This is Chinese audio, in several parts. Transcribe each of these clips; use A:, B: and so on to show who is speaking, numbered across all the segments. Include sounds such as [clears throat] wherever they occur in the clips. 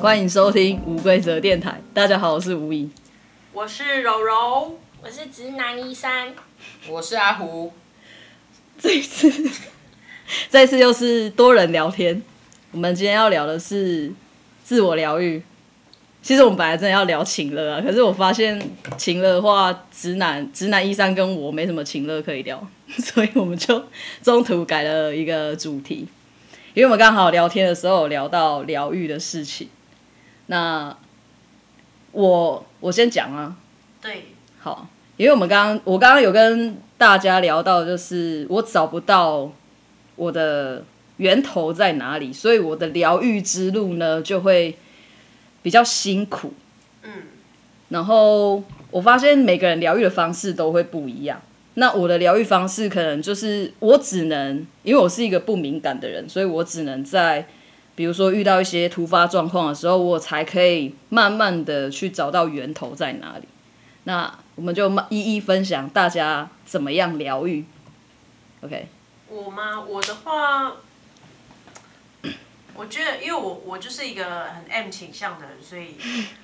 A: 欢迎收听无规则电台。大家好，我是吴怡。
B: 我是柔柔，
C: 我是直男医生，
D: 我是阿胡，
A: 这一次，这一次又是多人聊天。我们今天要聊的是自我疗愈。其实我们本来真的要聊情乐啊，可是我发现情乐的话，直男直男医生跟我没什么情乐可以聊， [laughs] 所以我们就中途改了一个主题。因为我们刚好聊天的时候有聊到疗愈的事情，那我我先讲啊，
B: 对，
A: 好，因为我们刚刚我刚刚有跟大家聊到，就是我找不到我的源头在哪里，所以我的疗愈之路呢就会比较辛苦。
B: 嗯，
A: 然后我发现每个人疗愈的方式都会不一样。那我的疗愈方式可能就是我只能，因为我是一个不敏感的人，所以我只能在比如说遇到一些突发状况的时候，我才可以慢慢的去找到源头在哪里。那我们就慢一一分享大家怎么样疗愈。OK，
B: 我吗？我的话，我觉得，因为我我就是一个很 M 倾向的人，所以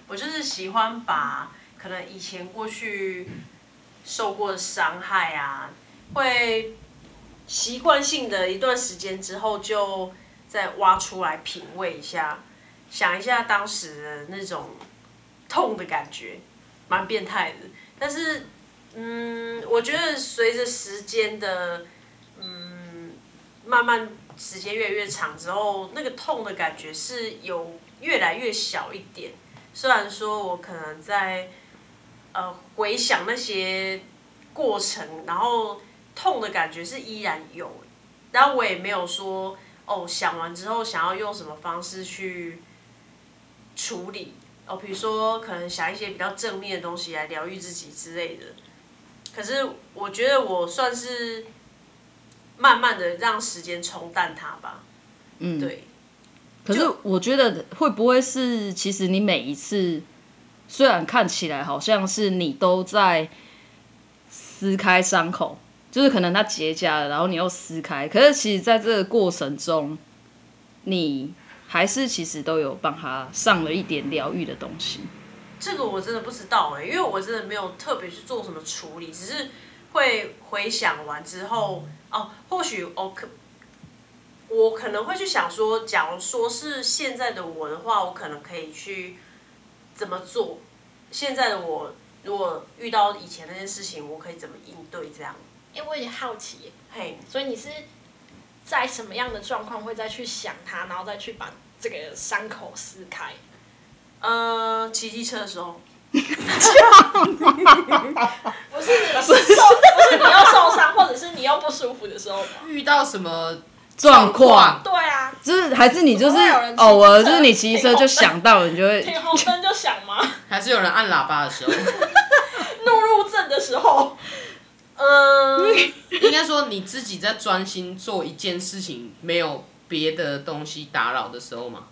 B: 我就是喜欢把可能以前过去受过的伤害啊，会习惯性的一段时间之后，就再挖出来品味一下，想一下当时的那种痛的感觉，蛮变态的。但是，嗯，我觉得随着时间的嗯，慢慢时间越来越长之后，那个痛的感觉是有越来越小一点。虽然说我可能在呃回想那些过程，然后痛的感觉是依然有，然后我也没有说哦，想完之后想要用什么方式去处理哦，比如说可能想一些比较正面的东西来疗愈自己之类的。可是我觉得我算是慢慢的让时间冲淡它吧。
A: 嗯，
B: 对，
A: 可是我觉得会不会是，其实你每一次虽然看起来好像是你都在撕开伤口，就是可能它结痂了，然后你又撕开，可是其实在这个过程中，你还是其实都有帮他上了一点疗愈的东西。
B: 这个我真的不知道哎、因为我真的没有特别去做什么处理，只是会回想完之后，哦，或许哦可，我可能会去想说，假如说是现在的我的话，我可能可以去怎么做？现在的我如果遇到以前那件事情，我可以怎么应对？这样，
C: 因为我有点好奇耶，
B: 嘿，
C: 所以你是在什么样的状况会再去想它，然后再去把这个伤口撕开？
B: 呃，骑机车的时候，
C: 不是你受，不是 [laughs] 你又受伤，或者是你又不舒服的时候吗？
D: 遇到什么
A: 状况
D: 况
C: 对啊，
A: 就是还是你就是
C: 不会有人骑
A: 偶尔就
C: 车
A: 是你骑车就想到，你就会 [laughs]
C: 停红灯就响 [laughs] 吗？
D: 还是有人按喇叭的时候， [laughs]
C: 怒路症的时候，
B: 嗯。
D: 应该说你自己在专心做一件事情，没有别的东西打扰的时候嘛。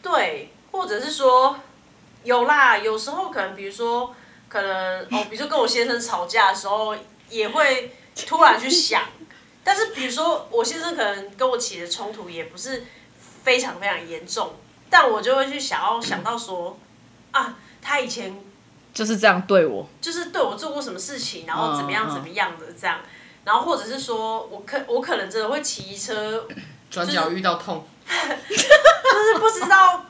B: 对，或者是说有啦，有时候可能比如说，可能哦，比如说跟我先生吵架的时候，也会突然去想。但是比如说我先生可能跟我起的冲突也不是非常非常严重，但我就会去想要想到说，啊，他以前
A: 就是这样对我。
B: 就是对我做过什么事情，然后怎么样
A: 嗯嗯
B: 怎么样的这样。然后或者是说我可我可能真的会骑车
D: 转角遇到痛，
B: 就是不知道，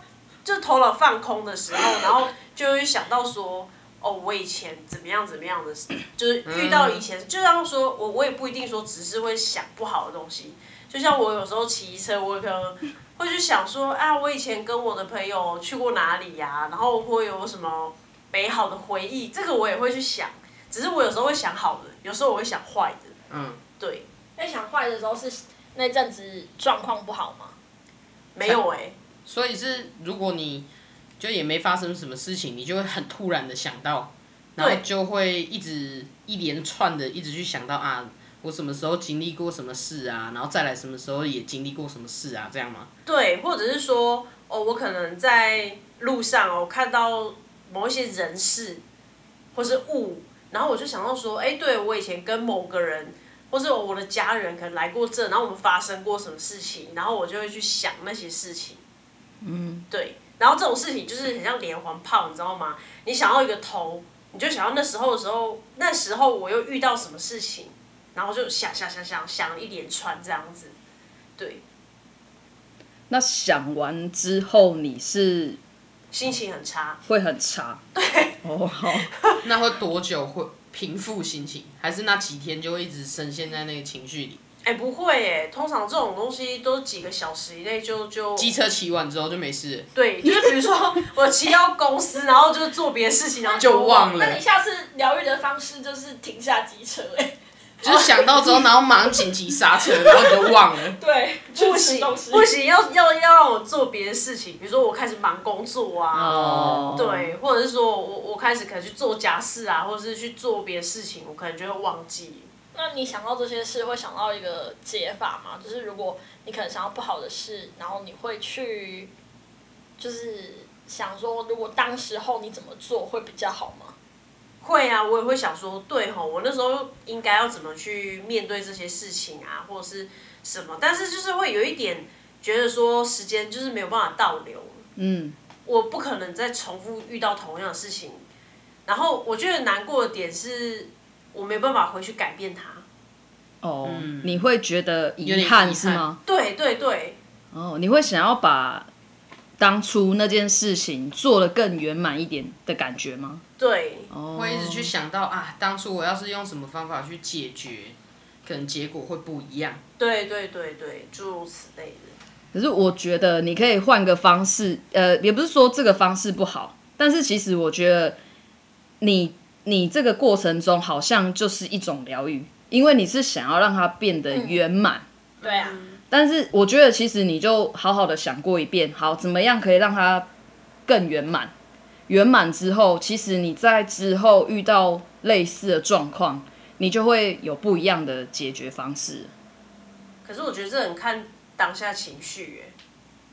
B: 就头脑放空的时候，然后就会想到说，哦，我以前怎么样怎么样的，就是遇到以前，就像说我我也不一定说只是会想不好的东西，就像我有时候骑车，我可能会去想说，啊，我以前跟我的朋友去过哪里呀、然后会有什么美好的回忆，这个我也会去想，只是我有时候会想好的，有时候我会想坏的，
D: 嗯，
B: 对，
C: 在想坏的时候是那阵子状况不好吗？
B: 没有哎、
D: 所以是如果你就也没发生什么事情，你就会很突然的想到，然后
B: 对
D: 就会一直一连串的一直去想到啊，我什么时候经历过什么事啊，然后再来什么时候也经历过什么事啊，这样吗？
B: 对，或者是说，哦，我可能在路上哦看到某一些人事或是物，然后我就想到说，哎，对我以前跟某个人或是我的家人可能来过这，然后我们发生过什么事情，然后我就会去想那些事情。嗯，对。然后这种事情就是很像连环炮，你知道吗？你想要一个头，你就想要那时候的时候，那时候我又遇到什么事情，然后就想想想想想一连串这样子。对，
A: 那想完之后你是
B: 心情很差，
A: 会很
D: [laughs]
A: 差。对。哦，好。
D: 那会多久会平复心情？还是那几天就会一直深陷在那个情绪里？
B: 哎、不会耶，通常这种东西都几个小时以内就就
D: 机车骑完之后就没事了，
B: 对，就是比如说我骑到公司，然后就做别的事情，然后
D: 就忘
C: 那
D: 了
C: 你，下次疗愈的方式就是停下机车、哎，
D: 就是想到之后，然后马上紧急刹车，然后你就忘了。
C: 对，
B: 不
C: 不
B: 行
C: 东西，
B: 不行，要要要让我做别的事情，比如说我开始忙工作啊，
A: 哦。
B: 对，或者是说我我开始可能去做家事啊，或者是去做别的事情，我可能就会忘记。
C: 那你想到这些事，会想到一个解法吗？就是如果你可能想到不好的事，然后你会去，就是想说，如果当时候你怎么做会比较好吗？
B: 会啊，我也会想说，对吼，我那时候应该要怎么去面对这些事情啊，或者是什么？但是就是会有一点觉得说，时间就是没有办法倒流，
A: 嗯，
B: 我不可能再重复遇到同样的事情。然后我觉得难过的点是，我没办法回去改变它。
A: 哦，
D: 嗯
A: 你会觉得
D: 有
A: 遗
D: 点遗
A: 憾
D: 憾
A: 是吗？
B: 对对对，
A: 哦，你会想要把当初那件事情做得更圆满一点的感觉吗？
B: 对，
A: 哦，
D: 会一直去想到啊，当初我要是用什么方法去解决，可能结果会不一样。
B: 对对对对，诸如此类的。
A: 可是我觉得你可以换个方式，呃，也不是说这个方式不好，但是其实我觉得你你这个过程中好像就是一种疗愈，因为你是想要让它变得
D: 嗯
A: 圆满。
C: 对啊，
A: 但是我觉得其实你就好好的想过一遍，好怎么样可以让它更圆满。圆满之后，其实你在之后遇到类似的状况，你就会有不一样的解决方式。
B: 可是我觉得这很看当下情绪耶。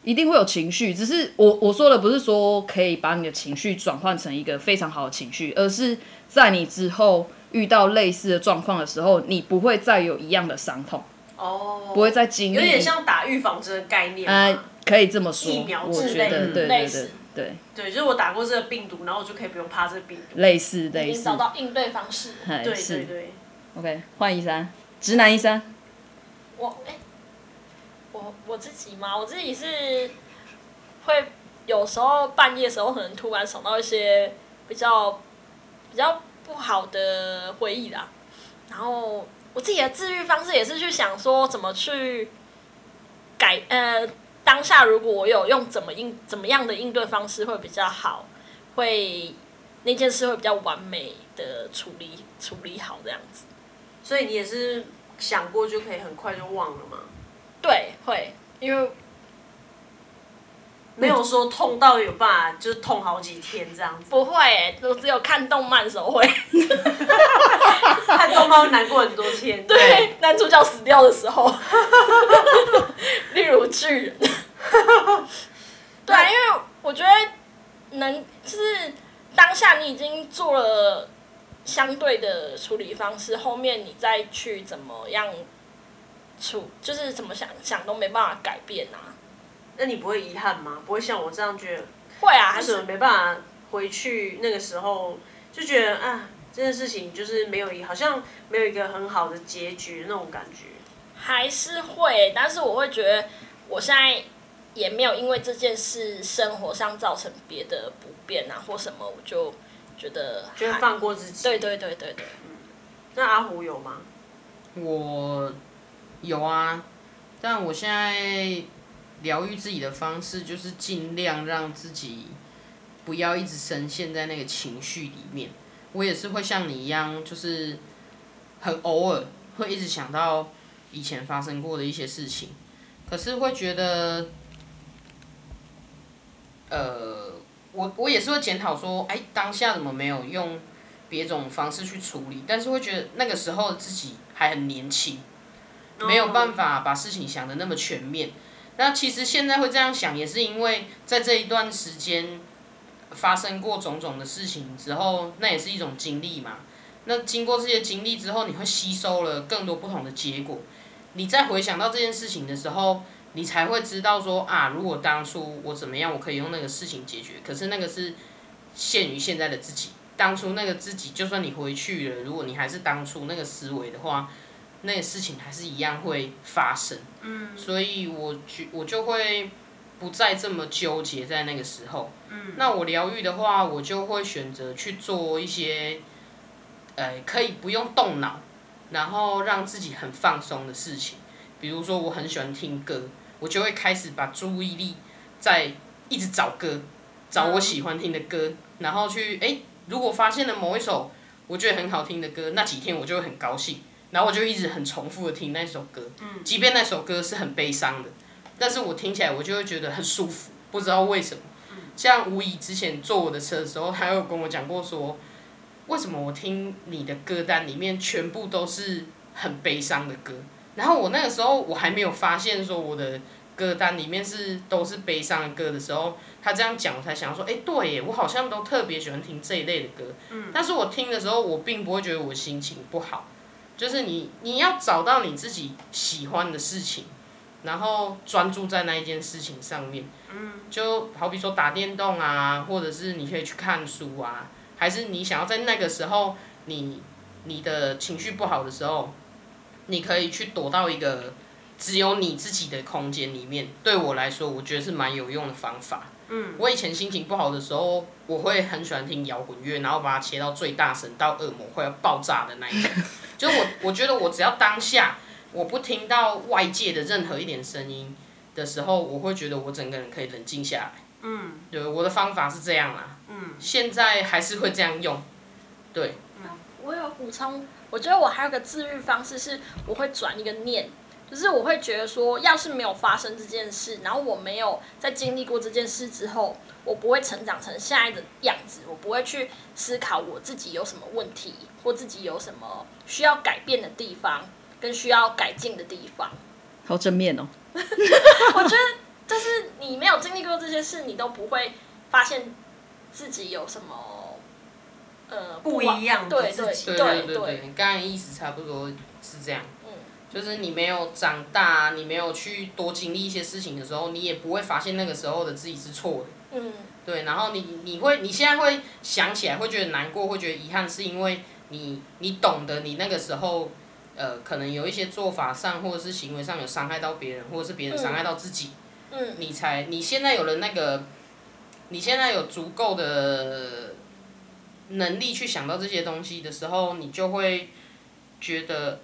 A: 一定会有情绪，只是我我说的不是说可以把你的情绪转换成一个非常好的情绪，而是在你之后遇到类似的状况的时候，你不会再有一样的伤痛，
B: 哦，
A: 不会再经历，
B: 有点像 E- 打预防针的概念嘛。
A: 呃，可以这么说，
B: 疫苗
A: 我
B: 之
A: 觉
B: 类
A: 得
B: 的
A: 对对
C: 类
A: 对
C: 似
A: 对，
B: 对，就是我打过这个病毒，然后我就可以不用怕这个病毒。
A: 类似
C: 已
A: 类
C: 经
A: 似
C: 找，到应对方式。
A: 哎
B: 对对
A: 是
B: 对，
A: OK，换一三，直男一三，
C: 我哎、我我自己嘛，我自己是会有时候半夜的时候，可能突然想到一些比较比较不好的回忆啦。然后我自己的治愈方式也是去想说怎么去改呃当下，如果我有用怎么应怎么样的应对方式会比较好，会那件事会比较完美的处理处理好这样子。
B: 所以你也是想过就可以很快就忘了吗？
C: 对，会因为
B: 没有说痛到有办法，就是痛好几天这样子。
C: 不会、欸，我只有看动漫的时候会。
B: 看动漫会难过很多
A: [laughs]
B: 天。
C: 对，男主角死掉的时候， [laughs] 例如巨人。对啊，因为我觉得能就是当下你已经做了相对的处理方式，后面你再去怎么样处，就是怎么想想都没办法改变啊。
B: 那你不会遗憾吗？不会像我这样觉得，
C: 会啊，还
B: 为什么
C: 是
B: 没办法回去那个时候，就觉得啊，这件事情就是没有一，好像没有一个很好的结局那种感觉。
C: 还是会，但是我会觉得我现在也没有因为这件事生活上造成别的不便啊或什么，我就觉得
B: 就会
C: 还
B: 放过自己。
C: 对对对对对，
B: 那阿胡有吗？
D: 我有啊，但我现在疗愈自己的方式就是尽量让自己不要一直深陷在那个情绪里面。我也是会像你一样，就是很偶尔会一直想到以前发生过的一些事情，可是会觉得，呃，我我也是会检讨说，哎，当下怎么没有用别种方式去处理，但是会觉得那个时候自己还很年轻，没有办法把事情想的那么全面。那其实现在会这样想，也是因为在这一段时间发生过种种的事情之后，那也是一种经历嘛。那经过这些经历之后，你会吸收了更多不同的结果。你再回想到这件事情的时候，你才会知道说啊，如果当初我怎么样，我可以用那个事情解决。可是那个是限于现在的自己，当初那个自己，就算你回去了，如果你还是当初那个思维的话，那个事情还是一样会发生。嗯，所以我就我就会不再这么纠结在那个时候。嗯，那我疗愈的话，我就会选择去做一些，呃，可以不用动脑，然后让自己很放松的事情。比如说，我很喜欢听歌，我就会开始把注意力在一直找歌，找我喜欢听的歌，然后去哎、如果发现了某一首我觉得很好听的歌，那几天我就会很高兴，然后我就一直很重复的听那首歌，即便那首歌是很悲伤的，但是我听起来我就会觉得很舒服，不知道为什么。像吴怡之前坐我的车的时候，他有跟我讲过说，为什么我听你的歌单里面全部都是很悲伤的歌？然后我那个时候我还没有发现说我的歌单里面是都是悲伤的歌的时候，他这样讲我才想说，哎、对耶，我好像都特别喜欢听这一类的歌。嗯。但是我听的时候，我并不会觉得我心情不好，就是你你要找到你自己喜欢的事情，然后专注在那一件事情上面。嗯。就好比说打电动啊，或者是你可以去看书啊，还是你想要在那个时候你你的情绪不好的时候，你可以去躲到一个只有你自己的空间里面。对我来说，我觉得是蛮有用的方法。嗯，我以前心情不好的时候，我会很喜欢听摇滚乐，然后把它切到最大声，到恶魔快要爆炸的那一种。就是我， [laughs] 我觉得我只要当下我不听到外界的任何一点声音的时候，我会觉得我整个人可以冷静下来。嗯，对，我的方法是这样啦。嗯，现在还是会这样用。对，
C: 我有补充，我觉得我还有个治愈方式是，我会转一个念，就是我会觉得说，要是没有发生这件事，然后我没有在经历过这件事之后，我不会成长成现在的样子，我不会去思考我自己有什么问题，或自己有什么需要改变的地方，跟需要改进的地方。
A: 好正面哦。
C: 我觉得就是你没有经历过这些事，你都不会发现自己有什么呃
B: 不一样的
C: 对
B: 自
C: 对
B: 己
D: 对
C: 对
D: 对对，你刚才意思差不多是这样。
C: 嗯
D: 就是你没有长大，你没有去多经历一些事情的时候，你也不会发现那个时候的自己是错的。
C: 嗯
D: 对，然后你你会你现在会想起来，会觉得难过，会觉得遗憾，是因为你你懂得你那个时候，呃，可能有一些做法上或者是行为上有伤害到别人，或者是别人伤害到自己，
C: 嗯
D: 你才你现在有了那个，你现在有足够的能力去想到这些东西的时候，你就会觉得，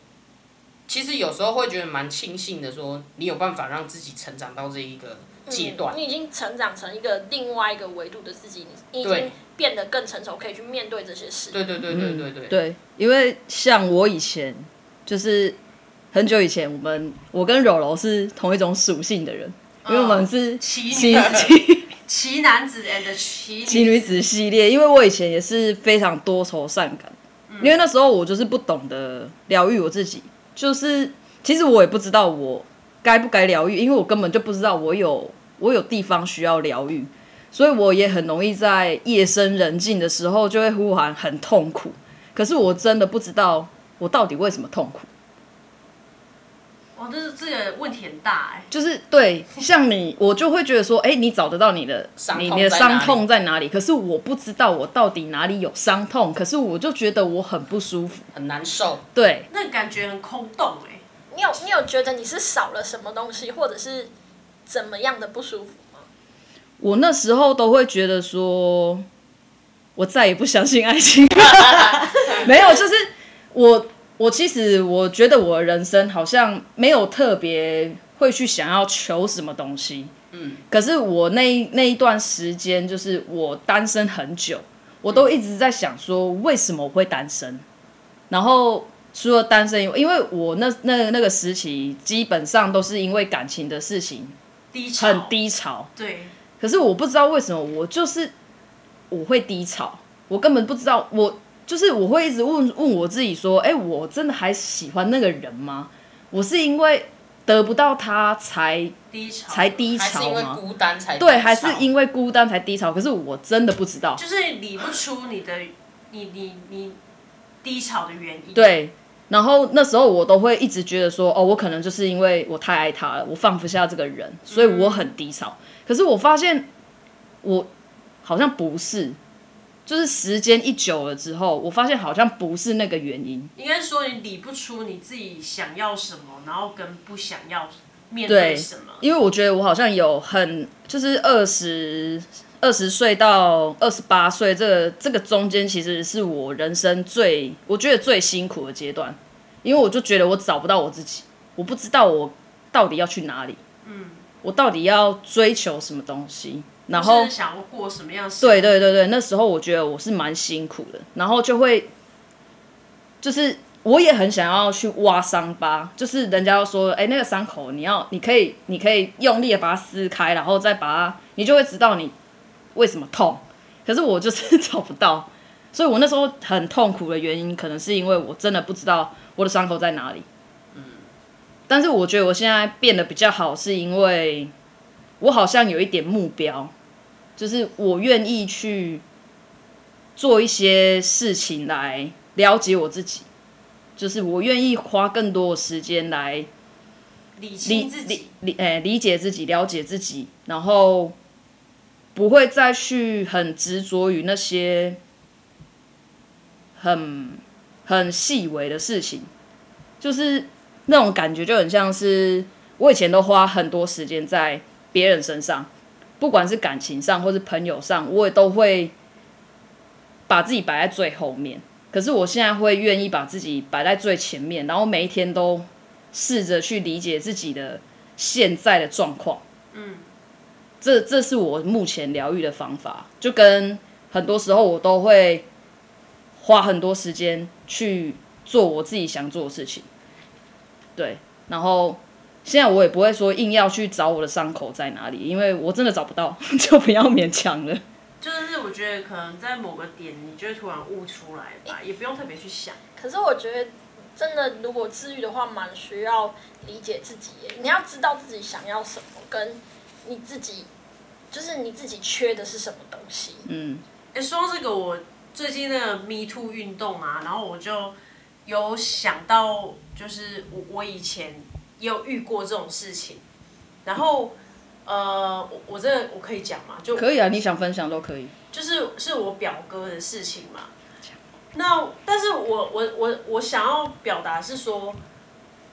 D: 其实有时候会觉得蛮庆幸的说你有办法让自己成长到这一个阶段。
C: 嗯，你已经成长成一个另外一个维度的自己，你你已
D: 对
C: 经变得更成熟，可以去面对这些事。
D: 对对对对对对。
A: 嗯对，因为像我以前就是很久以前，我们我跟柔柔是同一种属性的人，因为我
C: 嗯
A: 们是
B: 奇
A: 奇
B: 女
A: 奇
B: [laughs] 奇男子 and
A: [laughs]
B: 奇
A: 奇女子系列，因为我以前也是非常多愁善感，因为那时候我就是不懂得疗愈我自己，就是其实我也不知道我该不该疗愈，因为我根本就不知道我有我有地方需要疗愈，所以我也很容易在夜深人静的时候就会呼喊很痛苦，可是我真的不知道我到底为什么痛苦。
B: 哇，哦这是这个问题很大哎、
A: 就是对，像你，我就会觉得说，哎、你找得到你的
D: 伤
A: 你
D: 痛
A: 你的
D: 在
A: 伤
D: 哪里
A: 痛在哪里？可是我不知道我到底哪里有伤痛，可是我就觉得我很不舒服。
D: 很难受。
A: 对，
B: 那感觉很空洞哎、
C: 你有你有觉得你是少了什么东西，或者是怎么样的不舒服吗？
A: 我那时候都会觉得说，我再也不相信爱情。 [laughs] 没有，就是我，我其实我觉得我的人生好像没有特别会去想要求什么东西。嗯，可是我那一那一段时间，就是我单身很久，我都一直在想说，为什么我会单身？然后除了单身以外，因为我那那那个时期，基本上都是因为感情的事情
B: 低潮
A: 很，低潮，
B: 对，
A: 可是我不知道为什么，我就是我会低潮，我根本不知道，我就是我会一直问问我自己说，哎、我真的还喜欢那个人吗？我是因为得不到他才
B: 低潮
A: 才低
D: 还是
A: 潮
D: 因为
A: 吗？
D: 孤单才
A: 对，
D: 低
A: 还是
D: 潮
A: 因为孤单才低潮？可是我真的不知道。
B: 就是理不出你的你你你低潮的原因，，
A: 对，然后那时候我都会一直觉得说，哦，我可能就是因为我太爱他了，我放不下这个人，所以我很低潮。可是我发现我好像不是，就是时间一久了之后，我发现好像不是那个原因。
B: 应该说你理不出你自己想要什么，然后跟不想要面
A: 对
B: 什么。
A: 因为我觉得我好像有很就是二十二十岁到二十八岁这个这个中间，其实是我人生最我觉得最辛苦的阶段，因为我就觉得我找不到我自己，我不知道我到底要去哪里，嗯，我到底要追求什么东西，然后
B: 就是想要过什么样的生活
A: 对对对对，那时候我觉得我是蛮辛苦的，然后就会，就是我也很想要去挖伤疤，就是人家说，哎、那个伤口你要，你可以，你可以用力的把它撕开，然后再把它，你就会知道你为什么痛。可是我就是 [laughs] 找不到，所以我那时候很痛苦的原因，可能是因为我真的不知道我的伤口在哪里。但是我觉得我现在变得比较好，是因为我好像有一点目标，就是我愿意去做一些事情来了解我自己，就是我愿意花更多的时间来
B: 理
A: 理
B: 清自
A: 理
B: 己，
A: 理诶理解自己、了解自己，然后不会再去很执着于那些很很细微的事情，就是那种感觉就很像是我以前都花很多时间在别人身上，不管是感情上或是朋友上，我也都会把自己摆在最后面。可是我现在会愿意把自己摆在最前面，然后每一天都试着去理解自己的现在的状况。
B: 嗯，
A: 这这是我目前疗愈的方法，就跟很多时候我都会花很多时间去做我自己想做的事情。对，然后现在我也不会说硬要去找我的伤口在哪里，因为我真的找不到， [laughs] 就不要勉强了。
B: 就是我觉得可能在某个点，你就会突然悟出来吧，也不用特别去想。
C: 可是我觉得，真的如果治愈的话，蛮需要理解自己耶。你要知道自己想要什么，跟你自己就是你自己缺的是什么东西。
A: 嗯，
B: 哎、说到这个，我最近那个 Me Too 运动啊，然后我就有想到，就是我我以前也有遇过这种事情，然后呃，我我这个我可以讲嘛，就
A: 可以啊，你想分享都可以。
B: 就是是我表哥的事情嘛。那但是我我我我想要表达是说，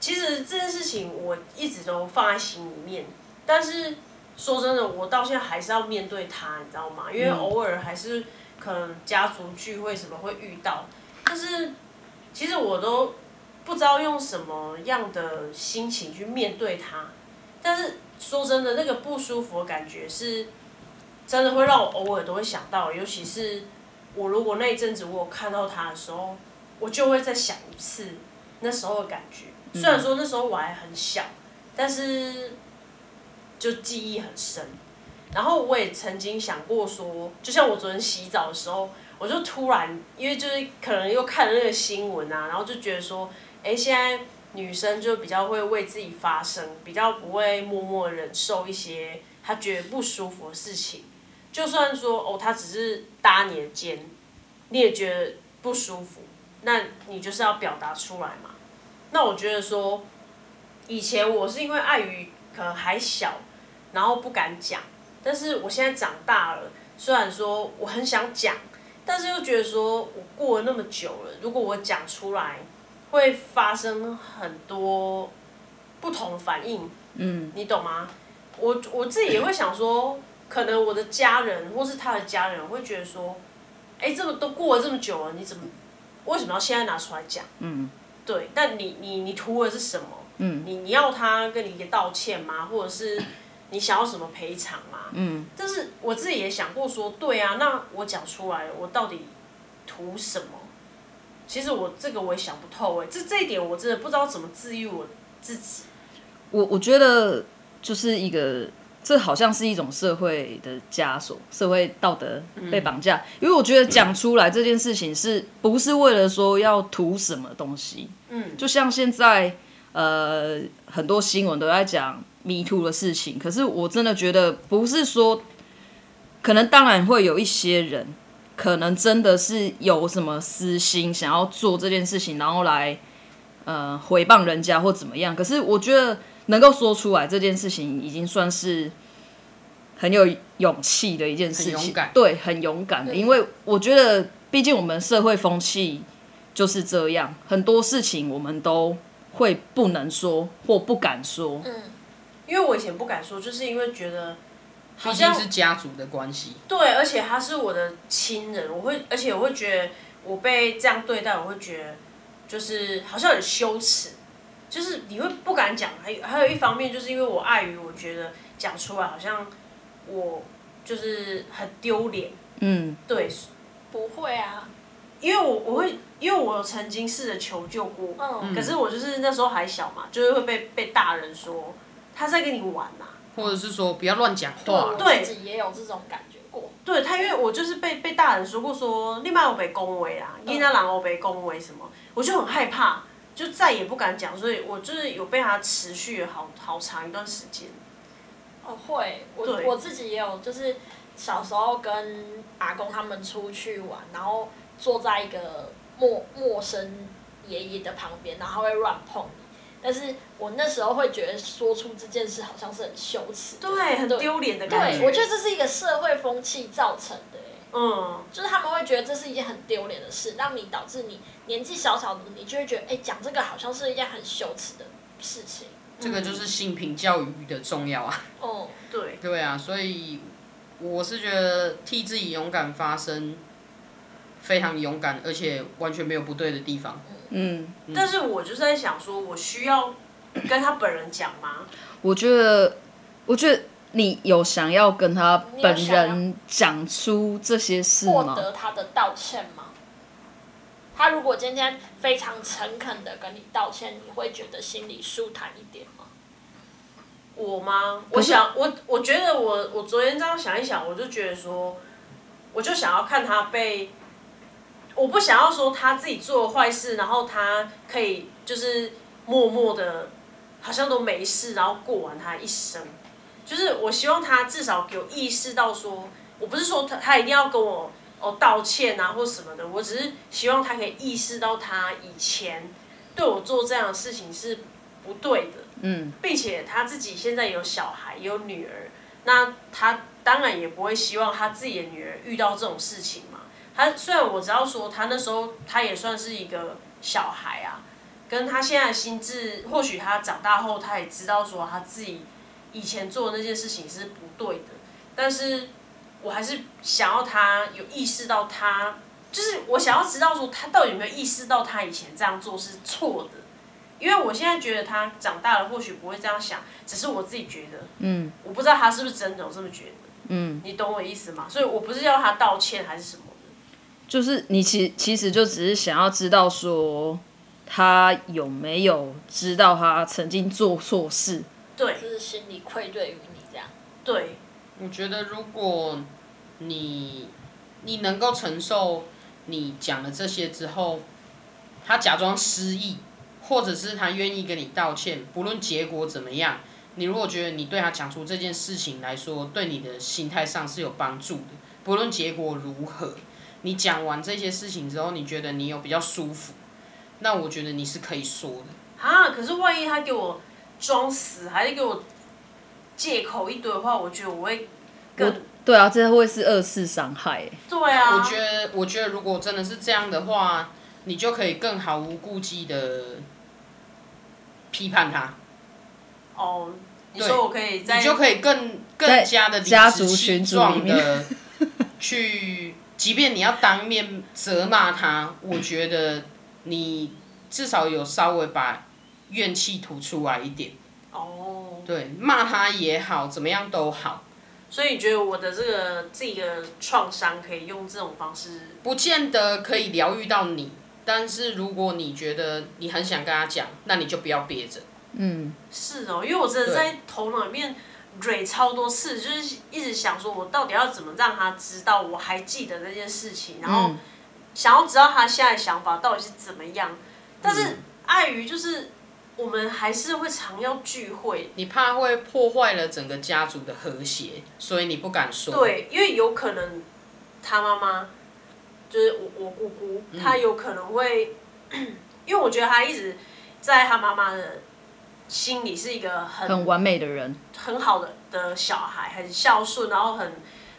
B: 其实这件事情我一直都放在心里面，但是说真的，我到现在还是要面对它，你知道吗？因为偶尔还是可能家族聚会什么会遇到，但是其实我都不知道用什么样的心情去面对它。但是说真的，那个不舒服的感觉是真的会让我偶尔都会想到，尤其是我如果那一阵子我有看到他的时候，我就会再想一次那时候的感觉。虽然说那时候我还很小，但是就记忆很深。然后我也曾经想过说，就像我昨天洗澡的时候，我就突然因为就是可能又看了那个新闻啊，然后就觉得说，哎，现在女生就比较会为自己发声，比较不会默默忍受一些她觉得不舒服的事情。就算说哦，她只是搭你的肩，你也觉得不舒服，那你就是要表达出来嘛。那我觉得说，以前我是因为碍于可能还小，然后不敢讲，但是我现在长大了，虽然说我很想讲，但是又觉得说我过了那么久了，如果我讲出来，会发生很多不同的反应，
A: 嗯，
B: 你懂吗？我我自己也会想说，可能我的家人或是他的家人会觉得说，哎、这么都过了这么久了，你怎么为什么要现在拿出来讲？
A: 嗯，
B: 对，但你你你图的是什么？
A: 嗯
B: 你你要他跟你一个道歉吗？或者是你想要什么赔偿吗？
A: 嗯，
B: 但是我自己也想过说，对啊，那我讲出来，我到底图什么？其实我这个我也想不透哎、这这一点我真的不知道怎么治愈我自己。
A: 我我觉得就是一个，这好像是一种社会的枷锁，社会道德被绑架。因为我觉得讲出来这件事情是不是为了说要图什么东西？
B: 嗯，
A: 就像现在呃很多新闻都在讲 Me Too 的事情，可是我真的觉得不是说，可能当然会有一些人，可能真的是有什么私心想要做这件事情，然后来呃毁谤人家或怎么样。可是我觉得能够说出来这件事情，已经算是很有勇气的一件事
D: 很勇
A: 情
D: 敢，
A: 对，很勇敢的。因为我觉得，毕竟我们社会风气就是这样，很多事情我们都会不能说或不敢说。
C: 嗯，
B: 因为我以前不敢说，就是因为觉得好
D: 毕竟
B: 像
D: 是家族的关系，
B: 对，而且他是我的亲人，我会，而且我会觉得我被这样对待，我会觉得就是好像很羞耻，就是你会不敢讲。还有还有一方面，就是因为我碍于我觉得讲出来好像我就是很丢脸，
A: 嗯，
B: 对，
C: 不会啊，
B: 因为我我会，因为我曾经试着求救过，
C: 嗯
B: 可是我就是那时候还小嘛，就是会被被大人说他在跟你玩呐、
D: 或者是说不要乱讲话
C: 我，
B: 对
C: 自己也有这种感觉过。
B: 对他，因为我就是被被大人说过说，你妈有被恭维啦，你那狼我被恭维什么，我就很害怕，就再也不敢讲，所以我就是有被他持续了好好长一段时间。
C: 哦，会，我
B: 对
C: 我自己也有，就是小时候跟阿公他们出去玩，然后坐在一个陌陌生爷爷的旁边，然后他会乱碰你。但是我那时候会觉得说出这件事好像是很羞耻的，
B: 对，很
C: 对
B: 丢脸的感
C: 对，
B: 觉。
C: 我觉得这是一个社会风气造成的、欸，
B: 嗯，
C: 就是他们会觉得这是一件很丢脸的事，让你导致你年纪小小的你就会觉得，哎、讲这个好像是一件很羞耻的事情。
D: 这个就是性平教育的重要啊。 [laughs]
C: 哦，
B: 对，
D: 对啊，所以我是觉得替自己勇敢发声，非常勇敢，而且完全没有不对的地方。
A: 嗯，
B: 但是我就是在想说，我需要跟他本人讲吗？
A: 我觉得，我觉得你有想要跟他
C: 你有
A: 本
C: 想要
A: 人讲出这些事
C: 获
A: 吗？
C: 得他的道歉吗？他如果今天非常诚恳的跟你道歉，你会觉得心里舒坦一点吗？
B: 我吗？我
A: 可是
B: 想，我我觉得我我昨天这样想一想，我就觉得说，我就想要看他被，我不想要说他自己做坏事，然后他可以就是默默的，好像都没事，然后过完他一生。就是我希望他至少有意识到说，我不是说他他一定要跟我哦道歉啊或什么的，我只是希望他可以意识到他以前对我做这样的事情是不对的。
A: 嗯，
B: 并且他自己现在有小孩，有女儿，那他当然也不会希望他自己的女儿遇到这种事情嘛。他虽然我知道说他那时候他也算是一个小孩啊，跟他现在的心智，或许他长大后他也知道说他自己以前做的那件事情是不对的，但是我还是想要他有意识到他，就是我想要知道说他到底有没有意识到他以前这样做是错的。因为我现在觉得他长大了，或许不会这样想，只是我自己觉得，嗯，我不知道他是不是真的有这么觉得，嗯，你懂我意思吗？所以我不是要他道歉还是什么的，
A: 就是你其其实就只是想要知道说他有没有知道他曾经做错事。
B: 对
C: 就是心里愧对于你这样。
B: 对，
D: 我觉得如果你你能够承受你讲了这些之后，他假装失忆，或者是他愿意跟你道歉，不论结果怎么样，你如果觉得你对他讲出这件事情来说，对你的心态上是有帮助的，不论结果如何，你讲完这些事情之后，你觉得你有比较舒服，那我觉得你是可以说的。
B: 啊，可是万一他给我装死，还是给我借口一堆的话，我觉得我会更，
A: 对啊，这会是二次伤害欸、
B: 对啊，
D: 我觉得，我觉得如果真的是这样的话，你就可以更毫无顾忌的批判他，
B: 哦，你
D: 对
B: 说我可以在
D: 你就可以更
A: 在
D: 更加的
A: 家族群组里
D: 状
A: 面
D: 的去，即便你要当面责骂他，我觉得你至少有稍微把怨气吐出来一点，
B: 哦，
D: 对，骂他也好，怎么样都好。
B: 所以你觉得我的这个这个创伤可以用这种方式，
D: 不见得可以疗愈到你，但是如果你觉得你很想跟他讲，那你就不要憋着。
A: 嗯，
B: 是哦，因为我真的
D: 对
B: 在头脑里面蕊超多次，就是一直想说，我到底要怎么让他知道我还记得那件事情，然后
A: 嗯
B: 想要知道他现在的想法到底是怎么样。但是碍于就是我们还是会常要聚会，
D: 你怕会破坏了整个家族的和谐，所以你不敢说。，
B: 对，因为有可能他妈妈 [clears throat] 就是我我姑姑，她有可能会，因为我觉得她一直在他妈妈的心里是一个
A: 很完美的人，
B: 很好的的小孩，很孝顺，然后很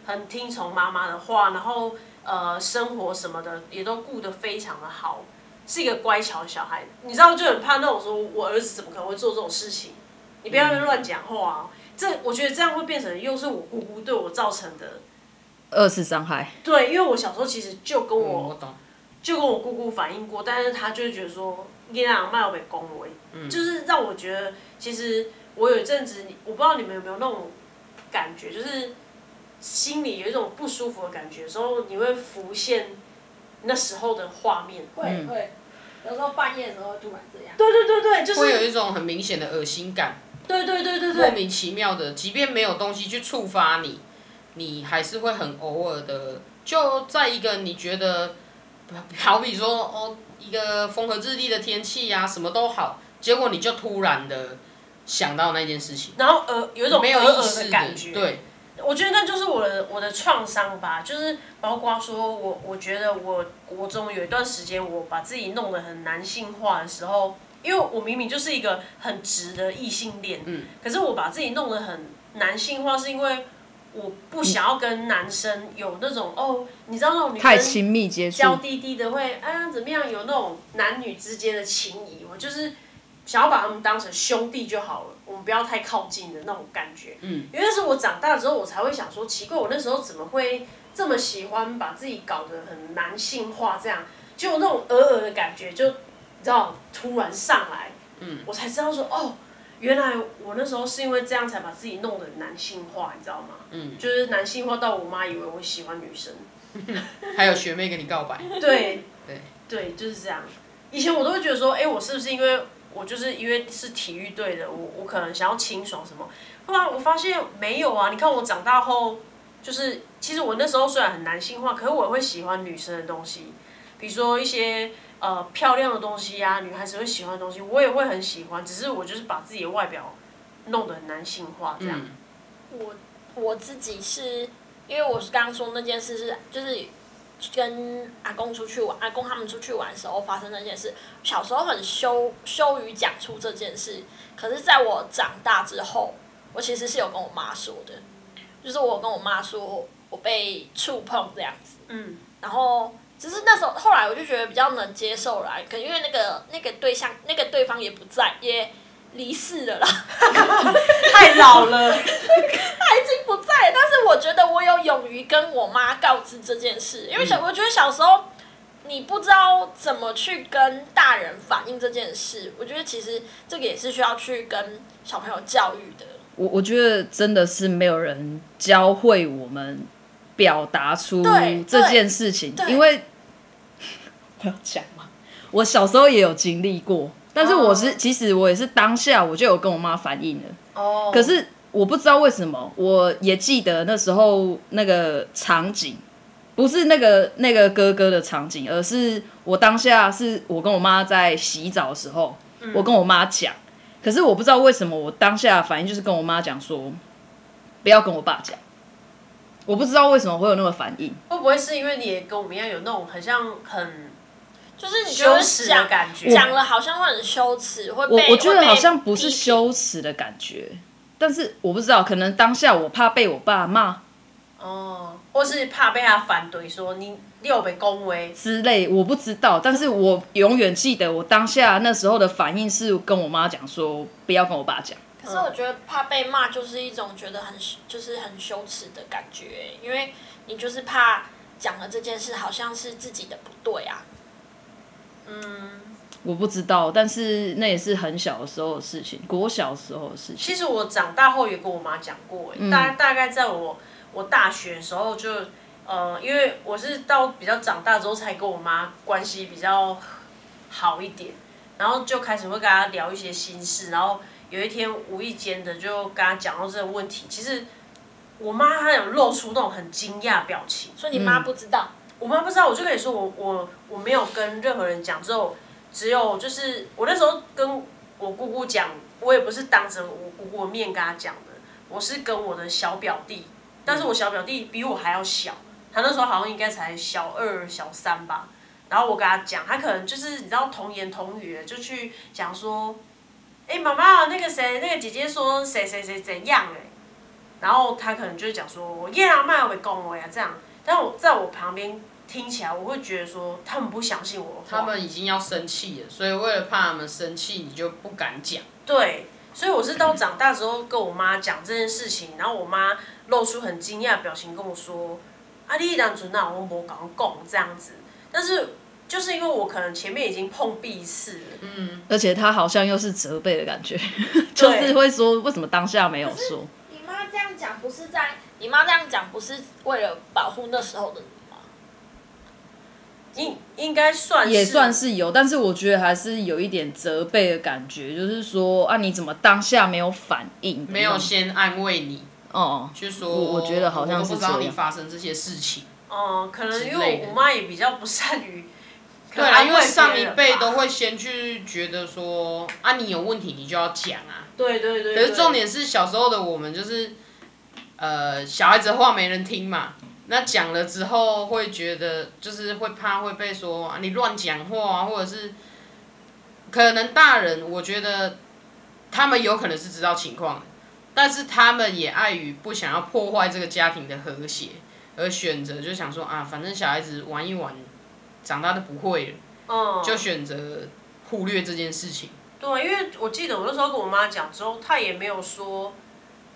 B: 很听从妈妈的话，然后呃生活什么的也都顾得非常的好，是一个乖巧的小孩。你知道就很怕那种说我儿子怎么可能会做这种事情？你不要乱讲话、啊。这我觉得这样会变成又是我姑姑对我造成的。
A: 二次伤害。
B: 对，因为我小时候其实就跟
D: 嗯
B: 我、
D: 我懂，
B: 就跟我姑姑反映过，但是她就是觉得说，你俩卖我被恭维，
D: 嗯
B: 就是让我觉得，其实我有一阵子，我不知道你们有没有那种感觉，就是心里有一种不舒服的感觉，有时候你会浮现那时候的画面。
A: 嗯
C: 会会，有时候半夜的时候突然这样。
B: 对对对对，就
D: 会有
B: 是
D: 一种很明显的恶心感，
B: 对对对对
D: 莫
B: 对，
D: 名其妙的，即便没有东西去触发你，你还是会很偶尔的，就在一个你觉得，好比说哦，一个风和日丽的天气呀、什么都好，结果你就突然的想到那件事情，
B: 然后呃有一种
D: 没有
B: 偶尔
D: 意识
B: 的感觉，
D: 对，
B: 我觉得那就是我的我的创伤吧，就是包括说我我觉得我国中有一段时间，我把自己弄得很男性化的时候，因为我明明就是一个很直的异性恋，
D: 嗯，
B: 可是我把自己弄得很男性化，是因为我不想要跟男生有那种、哦，你知道那种女
A: 太
B: 生
A: 亲密接触，
B: 娇滴滴的会啊怎么样，有那种男女之间的情谊，我就是想要把他们当成兄弟就好了，我们不要太靠近的那种感觉。
D: 嗯，
B: 因为那时候我长大之后，我才会想说，奇怪，我那时候怎么会这么喜欢把自己搞得很男性化，这样就有那种偶尔的感觉，就你知道突然上来，嗯，我才知道说哦。原来我那时候是因为这样才把自己弄得男性化，你知道吗？嗯，就是男性化到我妈以为我喜欢女生，
D: 还有学妹跟你告白，
B: 对
D: 对
B: 对，就是这样。以前我都会觉得说，哎、我是不是因为我就是因为是体育队的，我我可能想要清爽什么？后来我发现没有啊。你看我长大后，就是其实我那时候虽然很男性化，可是我也会喜欢女生的东西，比如说一些呃漂亮的东西呀、女孩子会喜欢的东西，我也会很喜欢。只是我就是把自己的外表弄得很男性化这样。
D: 嗯，
C: 我我自己是因为我是刚刚说那件事是就是跟阿公出去玩，阿公他们出去玩的时候发生那件事，小时候很羞羞于讲出这件事，可是在我长大之后，我其实是有跟我妈说的，就是我有跟我妈说我被触碰这样子，
B: 嗯，
C: 然后。只是那时候，后来我就觉得比较能接受啦，可因为那个那个对象，那个对方也不在，也离世了啦。 [laughs]
B: 太老了，
C: 他已经不在了，但是我觉得我有勇于跟我妈告知这件事，因为
A: 嗯
C: 小、我觉得小时候你不知道怎么去跟大人反映这件事，我觉得其实这个也是需要去跟小朋友教育的。
A: 我我觉得真的是没有人教会我们表达出
C: 对
A: 这件事情
C: 对，对
A: 因为 [laughs] 我要讲嘛，我小时候也有经历过，但是我是、
C: 哦
A: 其实我也是当下我就有跟我妈反映了，
B: 哦，
A: 可是我不知道为什么，我也记得那时候那个场景，不是那个那个哥哥的场景，而是我当下是我跟我妈在洗澡的时候，
C: 嗯
A: 我跟我妈讲，可是我不知道为什么，我当下反应就是跟我妈讲说，不要跟我爸讲。我不知道为什么会有那么反应，
B: 会不会是因为你也跟我们一样有那种很像很
C: 就是你觉
B: 羞
C: 得
B: 耻的
C: 讲
B: 感觉？
C: 讲了好像会很羞耻，会
A: 我
C: 被
A: 我觉
C: 会
A: 得
C: 被
A: 好像不
C: 批
A: 是
C: 评
A: 羞耻的感觉，但是我不知道，可能当下我怕被我爸骂
B: 哦，或是怕被他反对说你你有被恭维，
A: 之类，我不知道，但是我永远记得我当下那时候的反应是跟我妈讲说不要跟我爸讲，
C: 可是我觉得怕被骂就是一种觉得很就是很羞耻的感觉，因为你就是怕讲了这件事好像是自己的不对啊。
A: 我不知道，但是那也是很小的时候的事情，国小时候的事情。
B: 其实我长大后也跟我妈讲过、欸大大概在我我大学的时候就，呃，因为我是到比较长大之后才跟我妈关系比较好一点，然后就开始会跟她聊一些心事，然后有一天无意间的就跟她讲到这个问题，其实我妈她有露出那种很惊讶的表情，
C: 所以你
A: 嗯
C: 妈不知道，
B: 我妈不知道，我就跟你说，我我我没有跟任何人讲，之后只有就是我那时候跟我姑姑讲，我也不是当着我姑姑的面跟她讲的，我是跟我的小表弟，但是我小表弟比我还要小，他那时候好像应该才小二小三吧，然后我跟他讲，他可能就是你知道童言童语的，就去讲说，哎、妈妈那个谁那个姐姐说谁谁谁怎样哎、然后他可能就讲说，耶阿麦会讲我呀这样，但我在我旁边听起来，我会觉得说他们不相信我的话
D: 他们已经要生气了，所以为了怕他们生气，你就不敢讲。
B: 对，所以我是到长大之后跟我妈讲这件事情，然后我妈露出很惊讶的表情跟我说：“啊，你当初那我无讲讲这样子。”但是就是因为我可能前面已经碰壁一次了，
D: 嗯
A: 而且他好像又是责备的感觉， [laughs] 就是会说为什么当下没有说？
C: 你妈这样讲不是在，你妈这样讲不是为了保护那时候的你吗？
B: 应应该算是
A: 也算是有，但是我觉得还是有一点责备的感觉，就是说啊，你怎么当下没有反应？嗯
D: 没有先安慰你，
A: 哦，
D: 就说
A: 我我觉得好像
D: 我
A: 是
D: 不知道
A: 这
D: 你
A: 样
D: 发生这些事情。
B: 嗯，可能因
D: 之类
B: 为
D: 的
B: 我妈也比较不善于可
D: 对
B: 能
D: 啊，
B: 安
D: 因
B: 慰别人吧。
D: 为上一辈都会先去觉得说啊，你有问题你就要讲啊。
B: 对对对
D: 可
B: 对
D: 是重点是小时候的我们就是，呃，小孩子的话没人听嘛。那讲了之后会觉得就是会怕会被说啊你乱讲话啊，或者是可能大人我觉得他们有可能是知道情况的，但是他们也碍于不想要破坏这个家庭的和谐，而选择就想说啊，反正小孩子玩一玩，长大都不会了。
B: 嗯，
D: 就选择忽略这件事情。
B: 对，因为我记得我那时候跟我妈讲之后，她也没有说，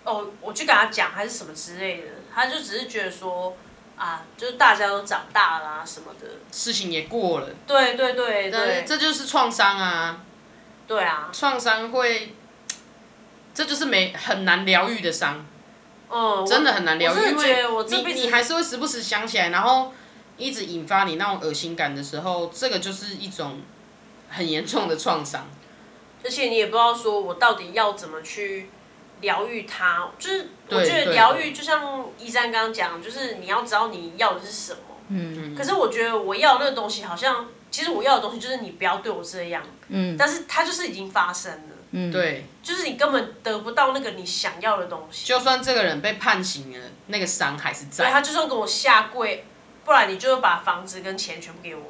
B: 哦，我去跟她讲还是什么之类的，她就只是觉得说，啊，就是大家都长大啦、什么的。
D: 事情也过了，
B: 对对对
D: 但是
B: 对，
D: 啊这就是创伤啊！
B: 对啊，
D: 创伤会，这就是没很难疗愈的伤，
B: 嗯，
D: 真的很难疗
B: 我
D: 愈，
B: 真
D: 因
B: 的觉得
D: 为
B: 我这辈
D: 你
B: 子
D: 你还是会时不时想起来，然后一直引发你那种恶心感的时候，这个就是一种很严重的创伤。
B: 嗯而且你也不知道说我到底要怎么去疗愈它，就是我
D: 对
B: 觉得
D: 对
B: 疗
D: 对
B: 愈就像一山刚刚讲，就是你要知道你要的是什么。
A: 嗯
B: 可是我觉得我要的那个东西好像，其实我要的东西就是你不要对我这样，
A: 嗯
B: 但是它就是已经发生了。
A: 嗯，，
D: 对，
B: 就是你根本得不到那个你想要的东西。
D: 就算这个人被判刑了，那个伤还是
B: 对他
D: 在。
B: 就算跟我下跪，不然你就把房子跟钱全部
A: [laughs]
B: 给我。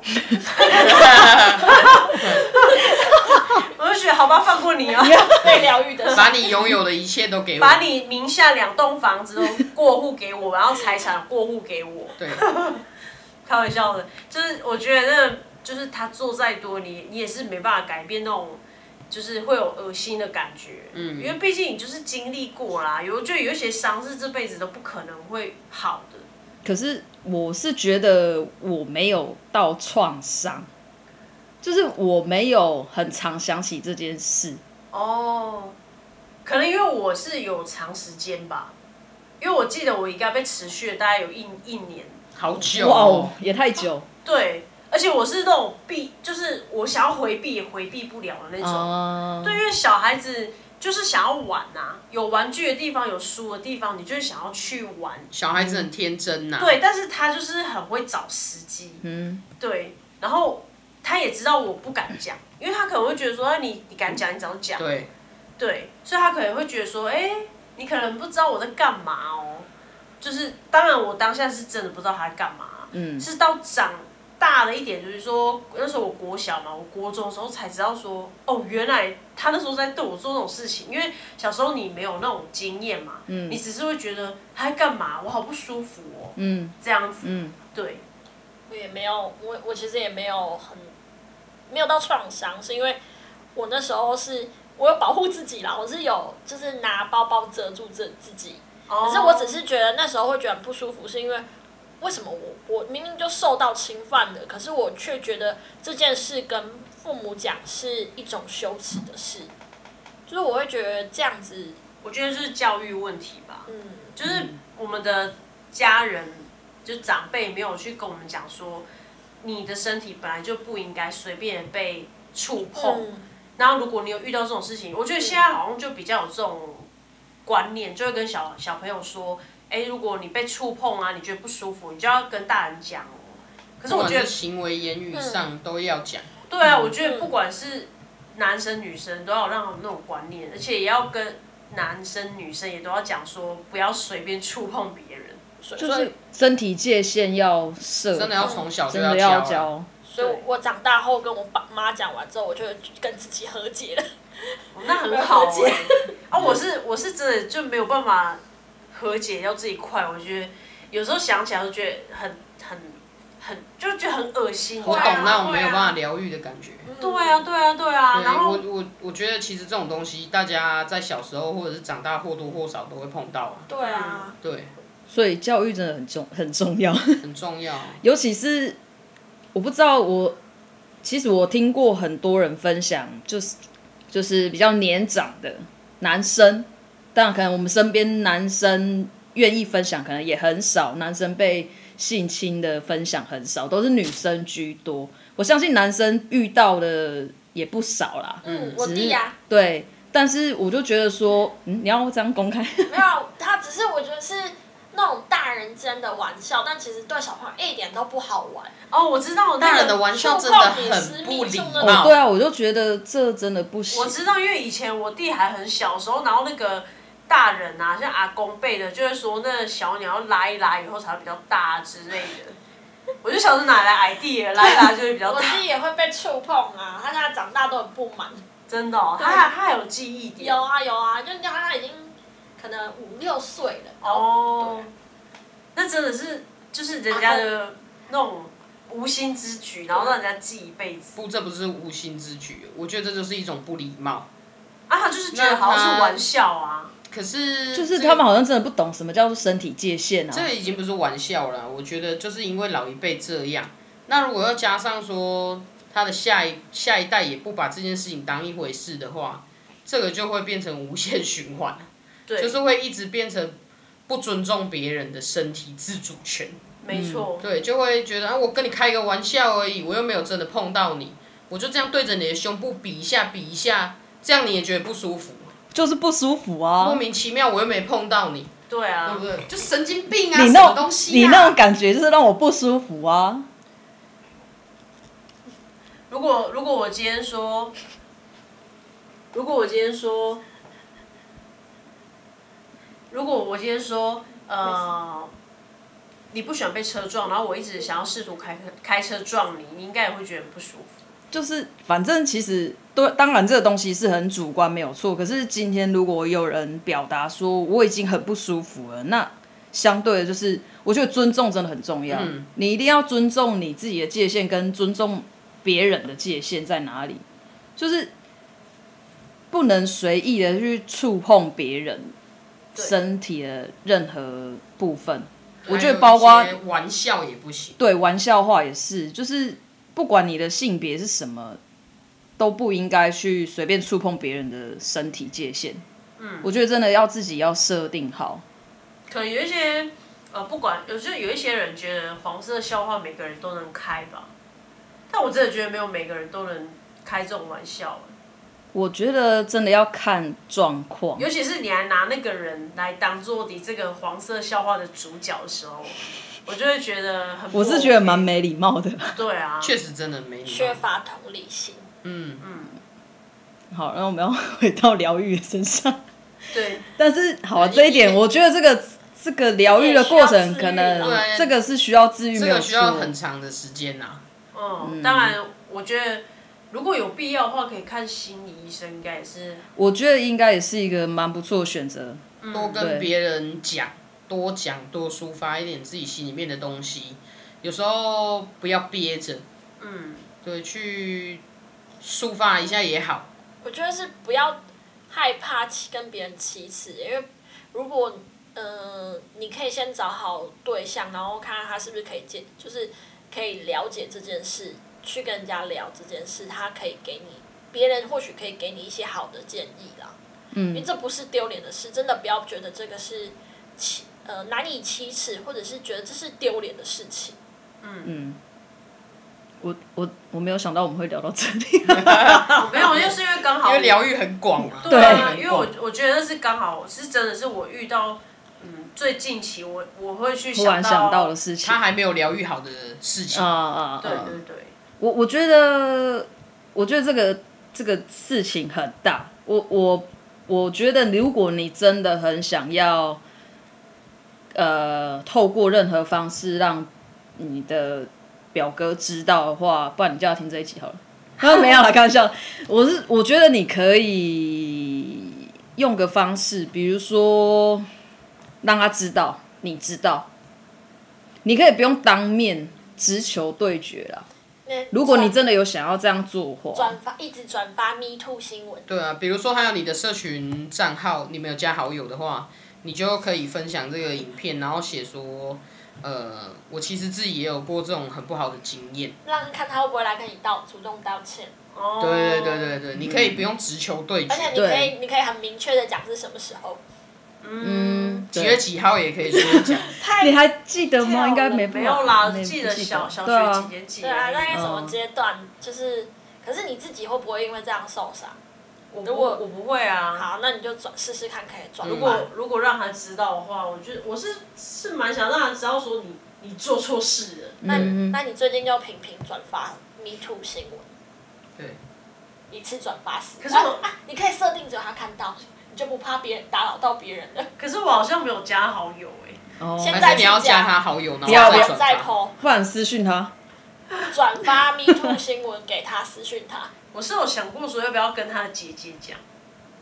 B: 我就觉得好吧，放过你啊，
C: 被疗愈的
D: [laughs]
C: 是，
D: 把你拥有的一切都给我，
B: 把你名下两栋房子都过户给我，然后财产过户给我。
D: 对，
B: 开玩笑的，就是我觉得那个就是他做再多，你你也是没办法改变那种。就是会有恶心的感觉，嗯，因为毕竟你就是经历过啦，有就有一些伤是这辈子都不可能会好的，
A: 可是我是觉得我没有到创伤，就是我没有很常想起这件事。
B: 哦，可能因为我是有长时间吧，因为我记得我应该被持续了大概有一一年，
D: 好久、
A: 哇哦
D: 哦，，
A: 也太久
B: 对，而且我是那种避，就是我想要回避也回避不了的那种，
A: 啊！
B: 对，因为小孩子就是想要玩呐、有玩具的地方，有书的地方，你就是想要去玩，
D: 小孩子很天真呐、
B: 对，但是他就是很会找时机，
A: 嗯，
B: 对，然后他也知道我不敢讲，因为他可能会觉得说，啊你你敢讲，你早讲。
D: 对，
B: 对，所以他可能会觉得说，哎、你可能不知道我在干嘛哦。就是，当然我当下是真的不知道他在干嘛，
A: 嗯
B: 是到长大了一点，就是说那时候我国小嘛，我国中的时候才知道说，哦，原来他那时候在对我做这种事情，因为小时候你没有那种经验嘛，
C: 嗯
B: 你只是会觉得他在干嘛，我好不舒服哦，
A: 嗯
B: 这样子，
A: 嗯
B: 对，
C: 我也没有，我我其实也没有很没有到创伤，是因为我那时候是我有保护自己啦，我是有就是拿包包遮住自自己，
B: 可
C: 可是我只是觉得那时候会觉得很不舒服，是因为为什么我我明明就受到侵犯了，可是我却觉得这件事跟父母讲是一种羞耻的事，就是我会觉得这样子，
B: 我觉得就是教育问题吧，
C: 嗯，
B: 就是我们的家人，就长辈没有去跟我们讲说，你的身体本来就不应该随便被触碰。
C: 嗯
B: 然后如果你有遇到这种事情，我觉得现在好像就比较有这种观念，就会跟小小朋友说，哎，如果你被触碰啊，你觉得不舒服，你就要跟大人讲哦。可是
D: 不
B: 我
D: 管
B: 觉
D: 是
B: 得，嗯
D: 行为、言语上都要讲。
B: 对啊，我觉得不管是男生女生都要让他们那种观念，而且也要跟男生女生也都要讲说，不要随便触碰别人。
C: 所以
A: 就
C: 所以
A: 是身体界限要设，
D: 真的要从小就
A: 真的
D: 教啊
A: 要教，
C: 所以我我长大后跟我爸妈讲完之后，我就跟自己和解 [laughs] 了。
B: 哦那很好
C: 和 [laughs] 解
B: 欸。啊，我是我是真的就没有办法和解，要自己快。我觉得有时候想起来都觉得很很很，就觉得很恶心。
D: 我
B: 你知道吗
D: 懂那种
B: 对啊
D: 没有办法疗愈的感觉。
B: 对啊，对啊，对啊。
D: 对
B: 然后
D: 我我我觉得其实这种东西，大家在小时候或者是长大或多或少都会碰到啊，
C: 对啊，
B: [laughs]
D: 对，
A: 所以教育真的很重很重要，
D: 很重要。
A: 尤其是我不知道我，其实我听过很多人分享，就是就是比较年长的男生，当然可能我们身边男生愿意分享可能也很少，男生被性侵的分享很少，都是女生居多。我相信男生遇到的也不少啦，
C: 嗯，我
A: 只
C: 弟
A: 是
C: 呀、
A: 对，但是我就觉得说，嗯，你要这样公开，
C: 没有，他只是我觉得是那种大人间的玩笑，但其实对小朋友一点都不好玩。
B: 哦，我知道
D: 大人的
B: 那个
D: 玩笑真的很不礼貌。
A: 对啊，我就觉得这真的不行
B: 我。知道，因为以前我弟还很小的时候，然后那个大人啊，像阿公辈的，就会说那小鸟要拉一拉以后才会比较大之类的。我就想着哪来 idea，拉一拉就会比较
C: 我
B: 大。
C: 弟也会被触碰啊， [laughs] 他现在长大都很不满。
B: 真的、哦，他还他还有记忆点。
C: 有啊有啊，就他他已经可能五六岁了。然后
B: 哦，那真的是就是人家的那种无心之举，然后让人家记一辈子。
D: 不，这不是无心之举，我觉得这就是一种不礼貌。
B: 啊，他就是觉得好像是玩笑啊。
D: 可是
A: 就是
D: 这个
A: 他们好像真的不懂什么叫做身体界限啊。
D: 这个已经不是玩笑了，我觉得就是因为老一辈这样，那如果要加上说他的下一下一代也不把这件事情当一回事的话，这个就会变成无限循环，
B: 对，
D: 就是会一直变成不尊重别人的身体自主权。
B: 没错。
D: 嗯对，就会觉得啊，我跟你开个玩笑而已，我又没有真的碰到你，我就这样对着你的胸部比一下比一下，这样你也觉得不舒服，
A: 就是不舒服
D: 莫
A: 啊。
D: 名其妙我又没碰到你，
B: 对
D: 对
B: 啊
D: 不，对？就神经病啊，
A: 你
D: 什
A: 那
D: 么
A: 种
D: 东西、啊？
A: 你那种感觉就是让我不舒服啊。
B: 如果如果我今天说，如果我今天说，如果我今天说，呃，你不喜欢被车撞，然后我一直想要试图开开车撞你，你应该也会觉得很不舒服。
A: 就是反正其实对，当然这个东西是很主观没有错。可是今天如果有人表达说我已经很不舒服了，那相对的就是我觉得尊重真的很重要。
D: 嗯
A: 你一定要尊重你自己的界限，跟尊重别人的界限在哪里，就是不能随意的去触碰别人
B: 对
A: 身体的任何部分。我
D: 还
A: 觉得
D: 有
A: 包括
D: 一些玩笑也不行。
A: 对，玩笑话也是，就是不管你的性别是什么，都不应该去随便触碰别人的身体界限。嗯，我觉得真的要自己要设定好。
B: 可能有一些呃，不管有就有一些人觉得黄色笑话每个人都能开吧，但我真的觉得没有每个人都能开这种玩笑，
A: 我觉得真的要看状况，
B: 尤其是你还拿那个人来当做你这个黄色笑话的主角的时候，我就会觉得很不 OK、
A: 我是觉得蛮没礼貌的。 [laughs]
B: 对啊，
D: 确实真的没礼
C: 缺
D: 貌。
C: 乏同理心，
D: 嗯，
A: 好，然后我们要回到疗愈的身
D: [laughs]
A: 上，
B: 对
A: 但是好啊，
D: 对
A: 这一
D: 因
A: 点
D: 为
A: 我觉得这个这个疗愈的过
C: 也需
A: 程，
C: 要治愈
A: 可能
D: 对
A: 这个是需要治愈，
D: 这
A: 没有
D: 个需要
A: 错
D: 很长的时间呐、啊
B: 嗯，当然我觉得如果有必要的话，可以看心理医生，应该也是
A: 我觉得应该也是一个蛮不错的选择。
B: 嗯
D: 多
A: 对
D: 跟别人讲，多讲，多抒发一点自己心里面的东西。有时候不要憋着，
B: 嗯，
D: 对，去抒发一下也好。
C: 我觉得是不要害怕起跟别人启齿，因为如果嗯、呃你可以先找好对象，然后看看他是不是可以解，就是可以了解这件事，去跟人家聊这件事，他可以给你别人或许可以给你一些好的建议啦。因为
A: 嗯，
C: 这不是丢脸的事，真的不要觉得这个是奇呃难以启齿，或者是觉得这是丢脸的事情。
A: 嗯，我我我没有想到我们会聊到这里。
B: 没
D: [laughs]
B: 有，就是因为刚好
D: 因为疗愈很广嘛，
B: 对啊，
D: 很
B: 因为我
D: 广
B: 我觉得是刚好是真的是我遇到，嗯，最近期我我会去
A: 突然
B: 到，
A: 想到的事情。
D: 他
A: 啊
D: 还没有疗愈好的事情。
A: 啊！
B: 对
A: 啊
B: 对对，
A: 我我觉得，我觉得这个这个事情很大。我我我觉得，如果你真的很想要，呃，透过任何方式让你的表哥知道的话，不然你叫他听这一集好了。他说没有啦，开玩笑。我是我觉得你可以用个方式，比如说让他知道你知道，你可以不用当面直球对决啦。
C: 那
A: 如果你真的有想要这样做的话，
C: 转发一直转发 Me Too 新闻，
D: 对啊，比如说还有你的社群账号，你没有加好友的话，你就可以分享这个影片，然后写说，呃，我其实自己也有过这种很不好的经验。
C: 让看他会不会来跟你道主动道歉，
B: 哦，
D: 对对对对对，你可以不用直球对决
C: 而，且你
A: 对
C: 可以你可以很明确的讲是什么时候，
A: 嗯，
D: 几月
A: 对。
D: 几号也可以说
C: [laughs]
D: 讲。
A: 你还记得吗？嗯应该没
B: 没有啦，
A: 没
B: 记
A: 不
B: 得
A: 记
B: 小小
A: 对
B: 学
A: 啊
B: 几年级
C: 对啊，
B: 而已
C: 大概什么
A: 嗯
C: 阶段就是，可是你自己会不会因为这样受伤？
B: 我不
C: 如果
B: 我不会啊。
C: 好，那你就转试试看，可以转。
D: 如
B: 如果如果让他知道的话，我觉得我是是蛮想让他知道说你你做错事了。
C: 那你、
A: 嗯
C: 那你最近就频频转发 Me Too 新闻，
D: 对，
C: 一次转发十。
B: 可是我
C: [laughs] 啊啊你可以设定只有他看到，你就不怕别人打扰到别人了。
B: 可是我好像没有加好友哎、
A: 哦，
C: 现
D: 还
C: 在
D: 是你要加他好友，然后
A: 要
D: 再
A: 不要
D: 转
C: 再
D: 发。
C: po
A: 不然私讯他。
C: 转发 Me Too 新闻给他私讯他，
B: 我是有想过说要不要跟他的姐姐讲，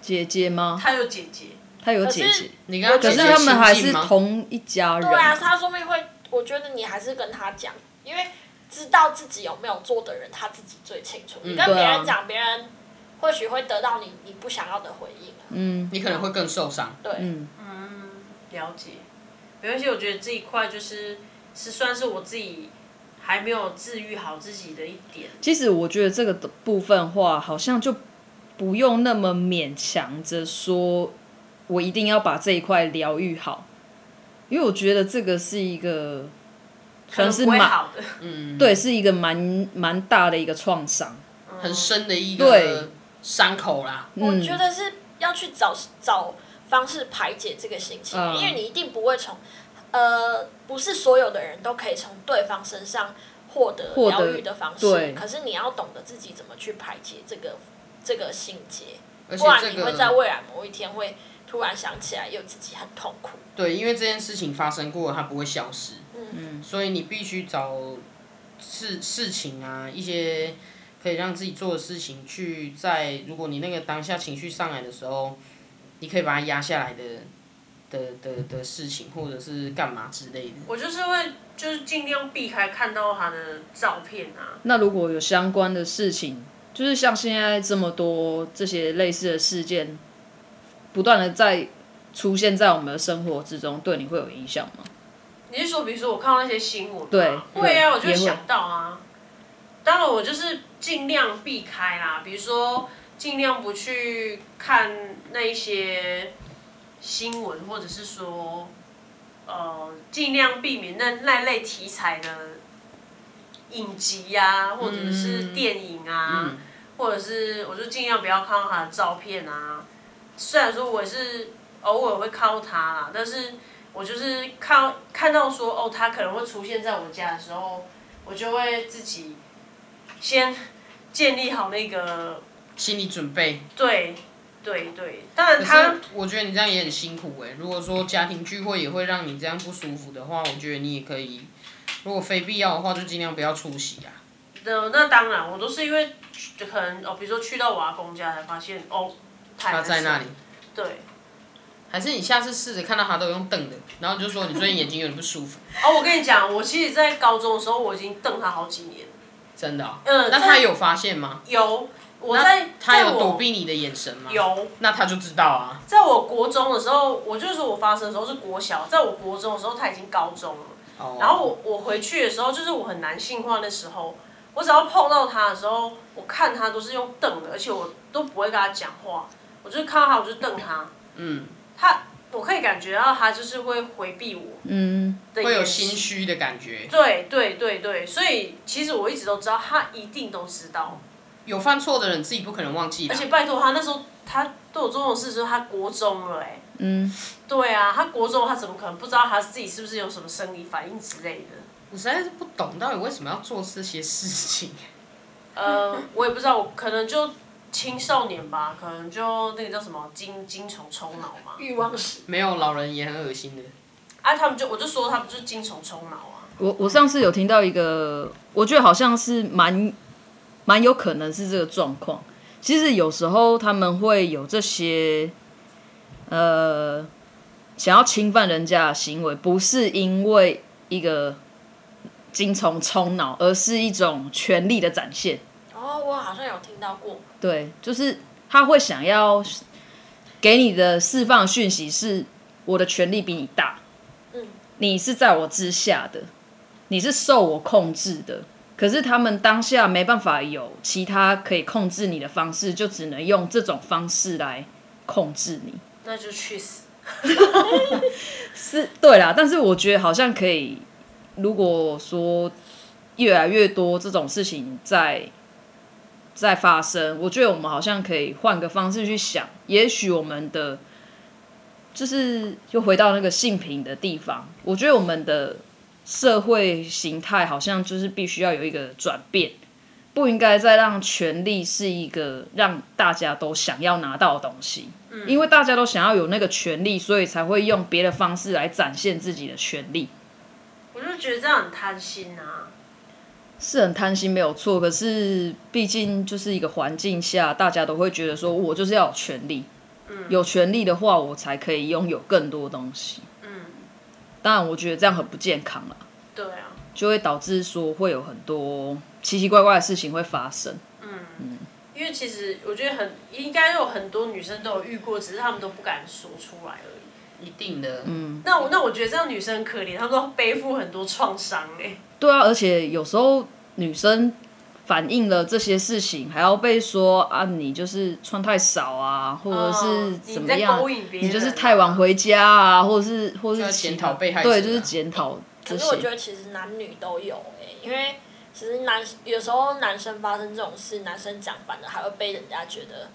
A: 姐姐吗？
B: 他有姐姐，
A: 她有
C: 可
A: 姐
C: 是
A: 姐，
D: 你跟他
A: 可
D: 姐
A: 是
D: 姐
A: 他们还
D: 亲近
A: 是
D: 吗
A: 同一家人。
C: 对啊，他说不定会，我觉得你还是跟他讲，因为知道自己有没有做的人，他自己最清楚。你跟别
A: 对啊
C: 人讲，别人或许会得到你你不想要的回应啊。
A: 嗯
D: 你可能会更受伤。
C: 对，
A: 嗯，
B: 嗯，了解，没关系，我觉得这一块就是是算是我自己还没有治愈好自己的一点，
A: 其实我觉得这个的部分话，好像就不用那么勉强着说，我一定要把这一块疗愈好，因为我觉得这个是一个
B: 可
A: 算
B: 能
A: 是
B: 不会
A: 蛮
B: 好的， [laughs]
D: 嗯，
A: 对，是一个蛮蛮大的一个创伤。
C: 哦
D: 很深的一
A: 对
D: 个伤口啦。
C: 我觉得是要去找找方式排解这个心情，
A: 嗯
C: 因为你一定不会从，呃，不是所有的人都可以从对方身上获得
A: 获
C: 疗
A: 得
C: 愈的方
A: 对
C: 式，可是你要懂得自己怎么去排解这个这个心结，
D: 而且
C: 不然
D: 这
C: 你会在
D: 个
C: 未来某一天会突然想起来，又自己很痛苦。
D: 对，因为这件事情发生过了，它不会消失。
C: 嗯，
D: 所以你必须找事事情啊，一些可以让自己做的事情，去在如果你那个当下情绪上来的时候，你可以把它压下来的的的的事情，或者是干嘛之类的。
B: 我就是会就是尽量避开看到他的照片啊，
A: 那如果有相关的事情，就是像现在这么多这些类似的事件，不断的在出现在我们的生活之中，对你会有影响吗？
B: 你是说比如说我看到那些新闻吗，
A: 对
B: 会啊，
A: 对
B: 我就
A: 也
B: 会
A: 会
B: 想到啊，当然我就是尽量避开啦，比如说尽量不去看那一些新闻，或者是说。呃，尽量避免那那类题材的影集呀、或者是电影啊，
D: 嗯，
B: 或者是我就尽量不要看到他的照片啊。虽然说我也是偶尔会看到他啦，但是我就是看看到说哦，他可能会出现在我家的时候，我就会自己先建立好那个
D: 心理准备。
B: 对对对，当然
D: 可
B: 他
D: 是我觉得你这样也很辛苦哎、如果说家庭聚会也会让你这样不舒服的话，我觉得你也可以，如果非必要的话，就尽量不要出席啊。
B: 那那当然，我都是因为就可能哦，比如说去到我阿公家才发现哦，
D: 他
B: 他
D: 在那里。
B: 对，
D: 还是你下次试着看到他都用瞪的，然后你就说你最近眼睛有点不舒服，
B: 哦，我跟你讲，我其实，在高中的时候，我已经瞪他好几年。
D: 真的、哦。
B: 嗯
D: 那
B: 这
D: 他有发现吗？
B: 有，我在
D: 他
B: 在
D: 有
B: 我
D: 躲避你的眼神吗？。
B: 有，
D: 那他就知道啊。
B: 在我国中的时候，我就是我发生的时候是国小，在我国中的时候他已经高中了。
D: 哦。
B: 然后我我回去的时候，就是我很男性化的时候，我只要碰到他的时候，我看他都是用瞪的，而且我都不会跟他讲话，我就是看到他我就瞪他，
D: 嗯，
B: 他我可以感觉到他就是会回避我
A: 嗯，
B: 的
D: 会有
B: 眼
D: 心
B: 神。
D: 虚的感觉。
B: 对对对对，所以其实我一直都知道，他一定都知道。
D: 有犯错的人自己不可能忘记的
B: 而且。拜托他那时候他对我做这种事的时候，他国中了哎、
A: 嗯，
B: 对啊，他国中他怎么可能不知道他自己是不是有什么生理反应之类的？
D: 我实在是不懂到底为什么要做这些事情。 [laughs]
B: 呃，我也不知道，我可能就青少年吧，可能就那个叫什么精精虫冲脑嘛。
C: 欲望是
D: 没有老人也很恶心的。
B: 啊，他们就我就说他们就是精虫冲脑啊。
A: 我我上次有听到一个，我觉得好像是蛮蛮有可能是这个状况。其实有时候他们会有这些呃想要侵犯人家的行为，不是因为一个精虫冲脑，而是一种权力的展现。
C: 哦，我好像有听到过，
A: 对，就是他会想要给你的释放讯息是我的权力比你大，
C: 嗯，
A: 你是在我之下的，你是受我控制的。可是他们当下没办法有其他可以控制你的方式，就只能用这种方式来控制你。
B: 那就去死。
A: 是对啦，但是我觉得好像可以，如果说越来越多这种事情在在发生，我觉得我们好像可以换个方式去想，也许我们的就是又回到那个性平的地方，我觉得我们的社会形态好像就是必须要有一个转变。不应该再让权力是一个让大家都想要拿到的东西，因为大家都想要有那个权利，所以才会用别的方式来展现自己的权利。
B: 我就觉得这样很贪心啊。
A: 是很贪心没有错，可是毕竟就是一个环境下，大家都会觉得说我就是要有权利，有权利的话，我才可以拥有更多东西。
B: 嗯，
A: 当然，我觉得这样很不健康了，
B: 对啊，
A: 就会导致说会有很多奇奇怪怪的事情会发生。
B: 因为其实我觉得很应该有很多女生都有遇过，只是她们都不敢说出来而已。
D: 一定的，嗯，
B: 那我那我觉得这样女生很可怜，她们都背负很多创伤哎。
A: 对啊，而且有时候女生反映了这些事情，还要被说啊，你就是穿太少啊，或
C: 嗯
A: 者
B: 哦
A: 是
B: 你
A: 怎么
B: 在
A: 样，
B: 勾引别人
A: 你就是
B: 啊
A: 太晚回家啊，或者是或者
D: 要
A: 是其
D: 检
A: 他
D: 讨被害
A: 对，
D: 者
A: 就是
D: 啊
A: 检讨这
C: 可是我觉
A: 些。
C: 得其实男女都有诶、因为其实男有时候男生发生这种事，男生讲反了还会被人家觉得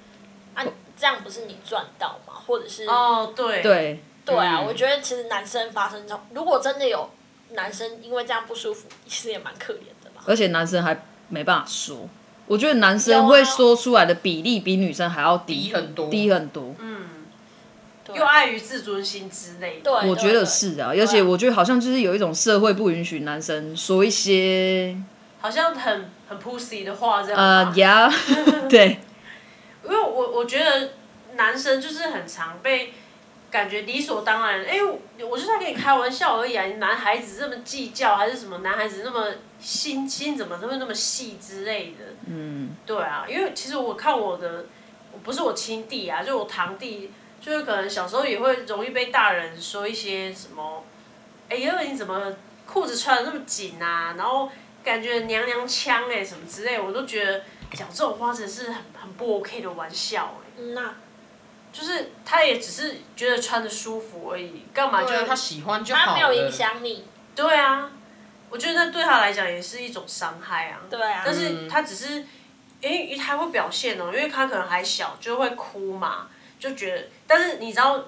C: 啊，这样不是你赚到吗？或者是、
B: 哦，对，
A: 对，
C: 对啊，
D: 嗯
C: 我觉得其实男生发生这种，如果真的有男生因为这样不舒服，其实也蛮可怜的啦。
A: 而且男生还没办法说，我觉得男
C: 有
A: 生
C: 啊
A: 会说出来的比例比女生还要低
D: 低很多
A: 低很多。
B: 嗯，
C: 对
B: 又碍于自尊心之类的。
C: 对
A: 我觉得是啊，而且我觉得好像就是有一种社会不允许男生说一些
B: 好像很很 pussy 的话这
C: 啊
B: 样
A: 呃
B: 吧。
A: 呀， [laughs] 对，
B: 因为我我觉得男生就是很常被感觉理所当然，哎、我我就在跟你开玩笑而已啊，你男孩子这么计较还是什么？男孩子那么心心怎么会那么细之类的？
A: 嗯。
B: 对啊，因为其实我看我的，不是我亲弟啊，就我堂弟，就是可能小时候也会容易被大人说一些什么，哎、呀，你怎么裤子穿的那么紧啊？然后感觉娘娘腔哎、什么之类，我都觉得讲这种话真的是很很不 OK 的玩笑哎、
C: 嗯那
B: 就是他也只是觉得穿的舒服而已，干嘛就
D: 对啊，他喜欢就好
C: 他
D: 了。
C: 没有影响你，
B: 对啊，我觉得那对他来讲也是一种伤害啊。
C: 对啊
B: 但
D: 嗯
B: 是他只是，因为他会表现哦、因为他可能还小，就会哭嘛，就觉得。但是你知道，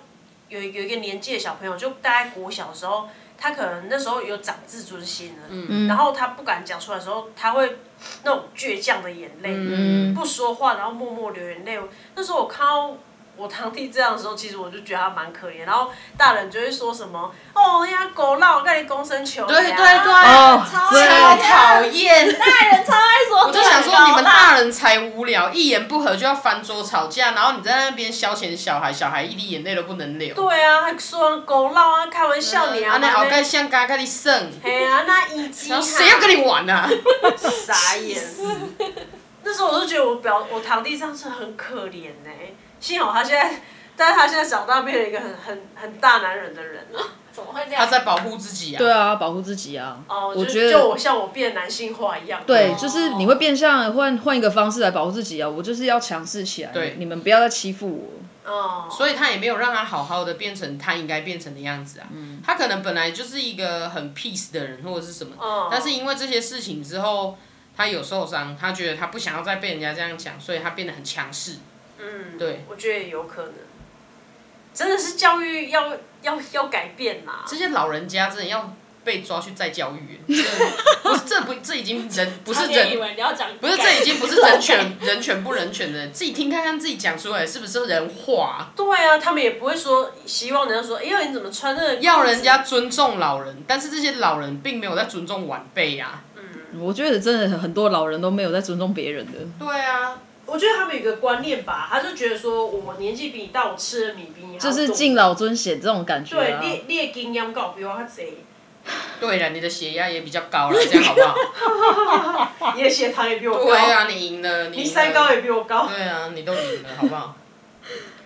B: 有一有一个年纪的小朋友，就大概国小的时候，他可能那时候有长自尊心了，
A: 嗯
B: 然后他不敢讲出来的时候，他会那种倔强的眼泪，
D: 嗯
B: 不说话，然后默默流眼泪。那时候我看到我堂弟这样的时候，其实我就觉得他蛮可怜。然后大人就会说什么：“哦，人家狗闹，我跟你公生球。”
D: 对对
A: 哦
D: 对，
A: 真
D: 超讨厌。
C: 大人超爱说，
D: 我就想说，你们大人才无聊，一言不合就要翻桌吵架，然后你在那边消遣小孩，小孩一滴眼泪都不能流。
B: 对啊，还说狗闹啊，开玩笑你啊，
D: 嗯那鳌盖
B: 那
D: 像嘎嘎的剩，
B: 嘿啊，那以及
D: 然后谁要跟你玩啊？
B: 傻
D: [laughs]
B: 眼？那时候我就觉得我表我堂弟这样是很可怜呢、幸好他现在，但是他现在长大变成一个很很很大男人的人啊了。
C: 怎么会这样？
D: 他在保护自己啊。
A: 对啊，保护自己啊。
B: 哦，
A: 我
B: 就
A: 觉
B: 就我
A: 得
B: 像我变男性化一样。
A: 对，
B: 哦
A: 就是你会变相换换一个方式来保护自己啊。我就是要强势起来，
D: 对
A: 你们不要再欺负我。
B: 哦，
D: 所以他也没有让他好好的变成他应该变成的样子啊。他可能本来就是一个很 peace 的人或者是什么，
B: 嗯
D: 但是因为这些事情之后，他有受伤，他觉得他不想要再被人家这样讲，所以他变得很强势。
B: 嗯，
D: 对
B: 我觉得有可能，真的是教育要要要改变啦。
D: 这些老人家真的要被抓去再教育，这不是这不这已经人不是
C: 差点以
D: 人，
C: 为你要讲
D: 不是这已经不是人权人权不人权的，自己听看看自己讲出来是不是人话，
B: 对啊，他们也不会说希望人家说，哎呦你怎么穿那个裤子？
D: 要人家尊重老人，但是这些老人并没有在尊重晚辈啊呀、
B: 嗯
A: 我觉得真的很多老人都没有在尊重别人的。
D: 对啊，
B: 我觉得他们有一个观念吧，他就觉得说我年纪比你大，我吃的米比你好
A: 就
B: 多，
A: 是敬老尊贤这种感觉、
B: 对
A: 啊。
B: 列列金羊搞比我他贼，
D: 对了，你的血压也比较高了，这样好
B: [laughs]
D: 不好？
B: 你的血糖也比我高，
D: 对啊，你赢了，你
B: 你
D: 赢
B: 三高
D: 了，
B: 也比我高，
D: 对啊，你都赢了，好不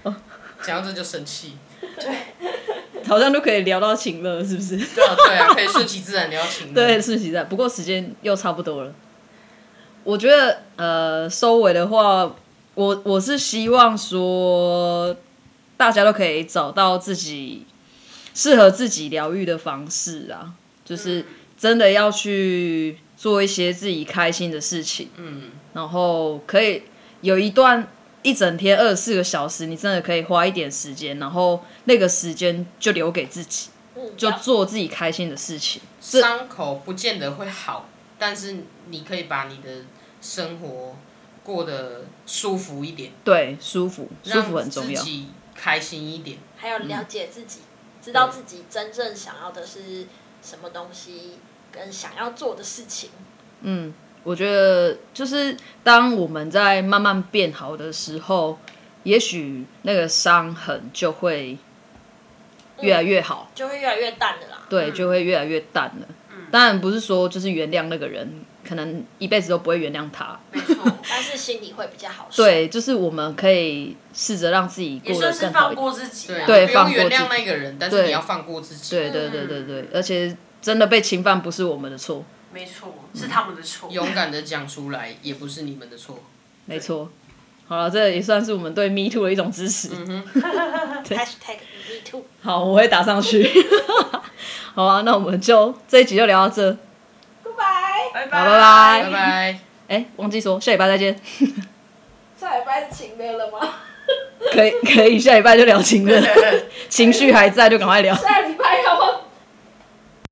D: 好？讲到这就生气，
A: 好像就可以聊到情乐，是不是？
D: 对啊，对啊，可以顺其自然聊情。
A: 对，，顺其自然。不过时间又差不多了，我觉得呃，收尾的话，我我是希望说，大家都可以找到自己适合自己疗愈的方式啊，就是真的要去做一些自己开心的事情，
D: 嗯，
A: 然后可以有一段一整天二十四个小时，你真的可以花一点时间，然后那个时间就留给自己，
C: 嗯
A: 就做自己开心的事情。这
D: 伤口不见得会好，但是你可以把你的生活过得舒服一点，
A: 对，舒服，舒
D: 让
A: 服很重要
D: 自。己开心一点。
C: 还有了解自
A: 嗯
C: 己，知道自己真正想要的是什么东西，跟想要做的事情。
A: 嗯，我觉得就是当我们在慢慢变好的时候，也许那个伤痕就会越来越好，
C: 就会越来越淡的啦。
B: 嗯
A: 对，就会越来越淡了。当然不是说就是原谅那个人，可能一辈子都不会原谅他。
B: 没错，
A: 啊
B: [laughs]
C: 但是心里会比较好受。
A: 对，就是我们可以试着让自己
B: 也
A: 过得
B: 算是
A: 更好
B: 放
A: 一点。
B: 过自己啊，
A: 对
D: 不用
A: 放过自
D: 原
A: 己
D: 谅那个人，但是
A: 对
D: 你要放过自己。
A: 对对对对
B: 嗯
A: 对，而且真的被侵犯不是我们的错，
B: 没错，是他们的错。
D: 勇敢的讲出来，也不是你们的错。
A: 没错。好了，这也算是我们对 Me Too 的一种支持。
C: ，#hashtag me too。
A: 好，我会打上去。 [laughs] 好啊，那我们就这一集就聊到这。
C: Goodbye，
B: 拜拜
A: 好拜 [laughs] 拜
D: 拜拜。
A: 哎、忘记说，下礼拜再见。
C: 下礼拜是情人了吗？ [laughs]
A: 可以可以，下礼拜就聊情了，情绪还在就赶快聊。
C: 下礼拜。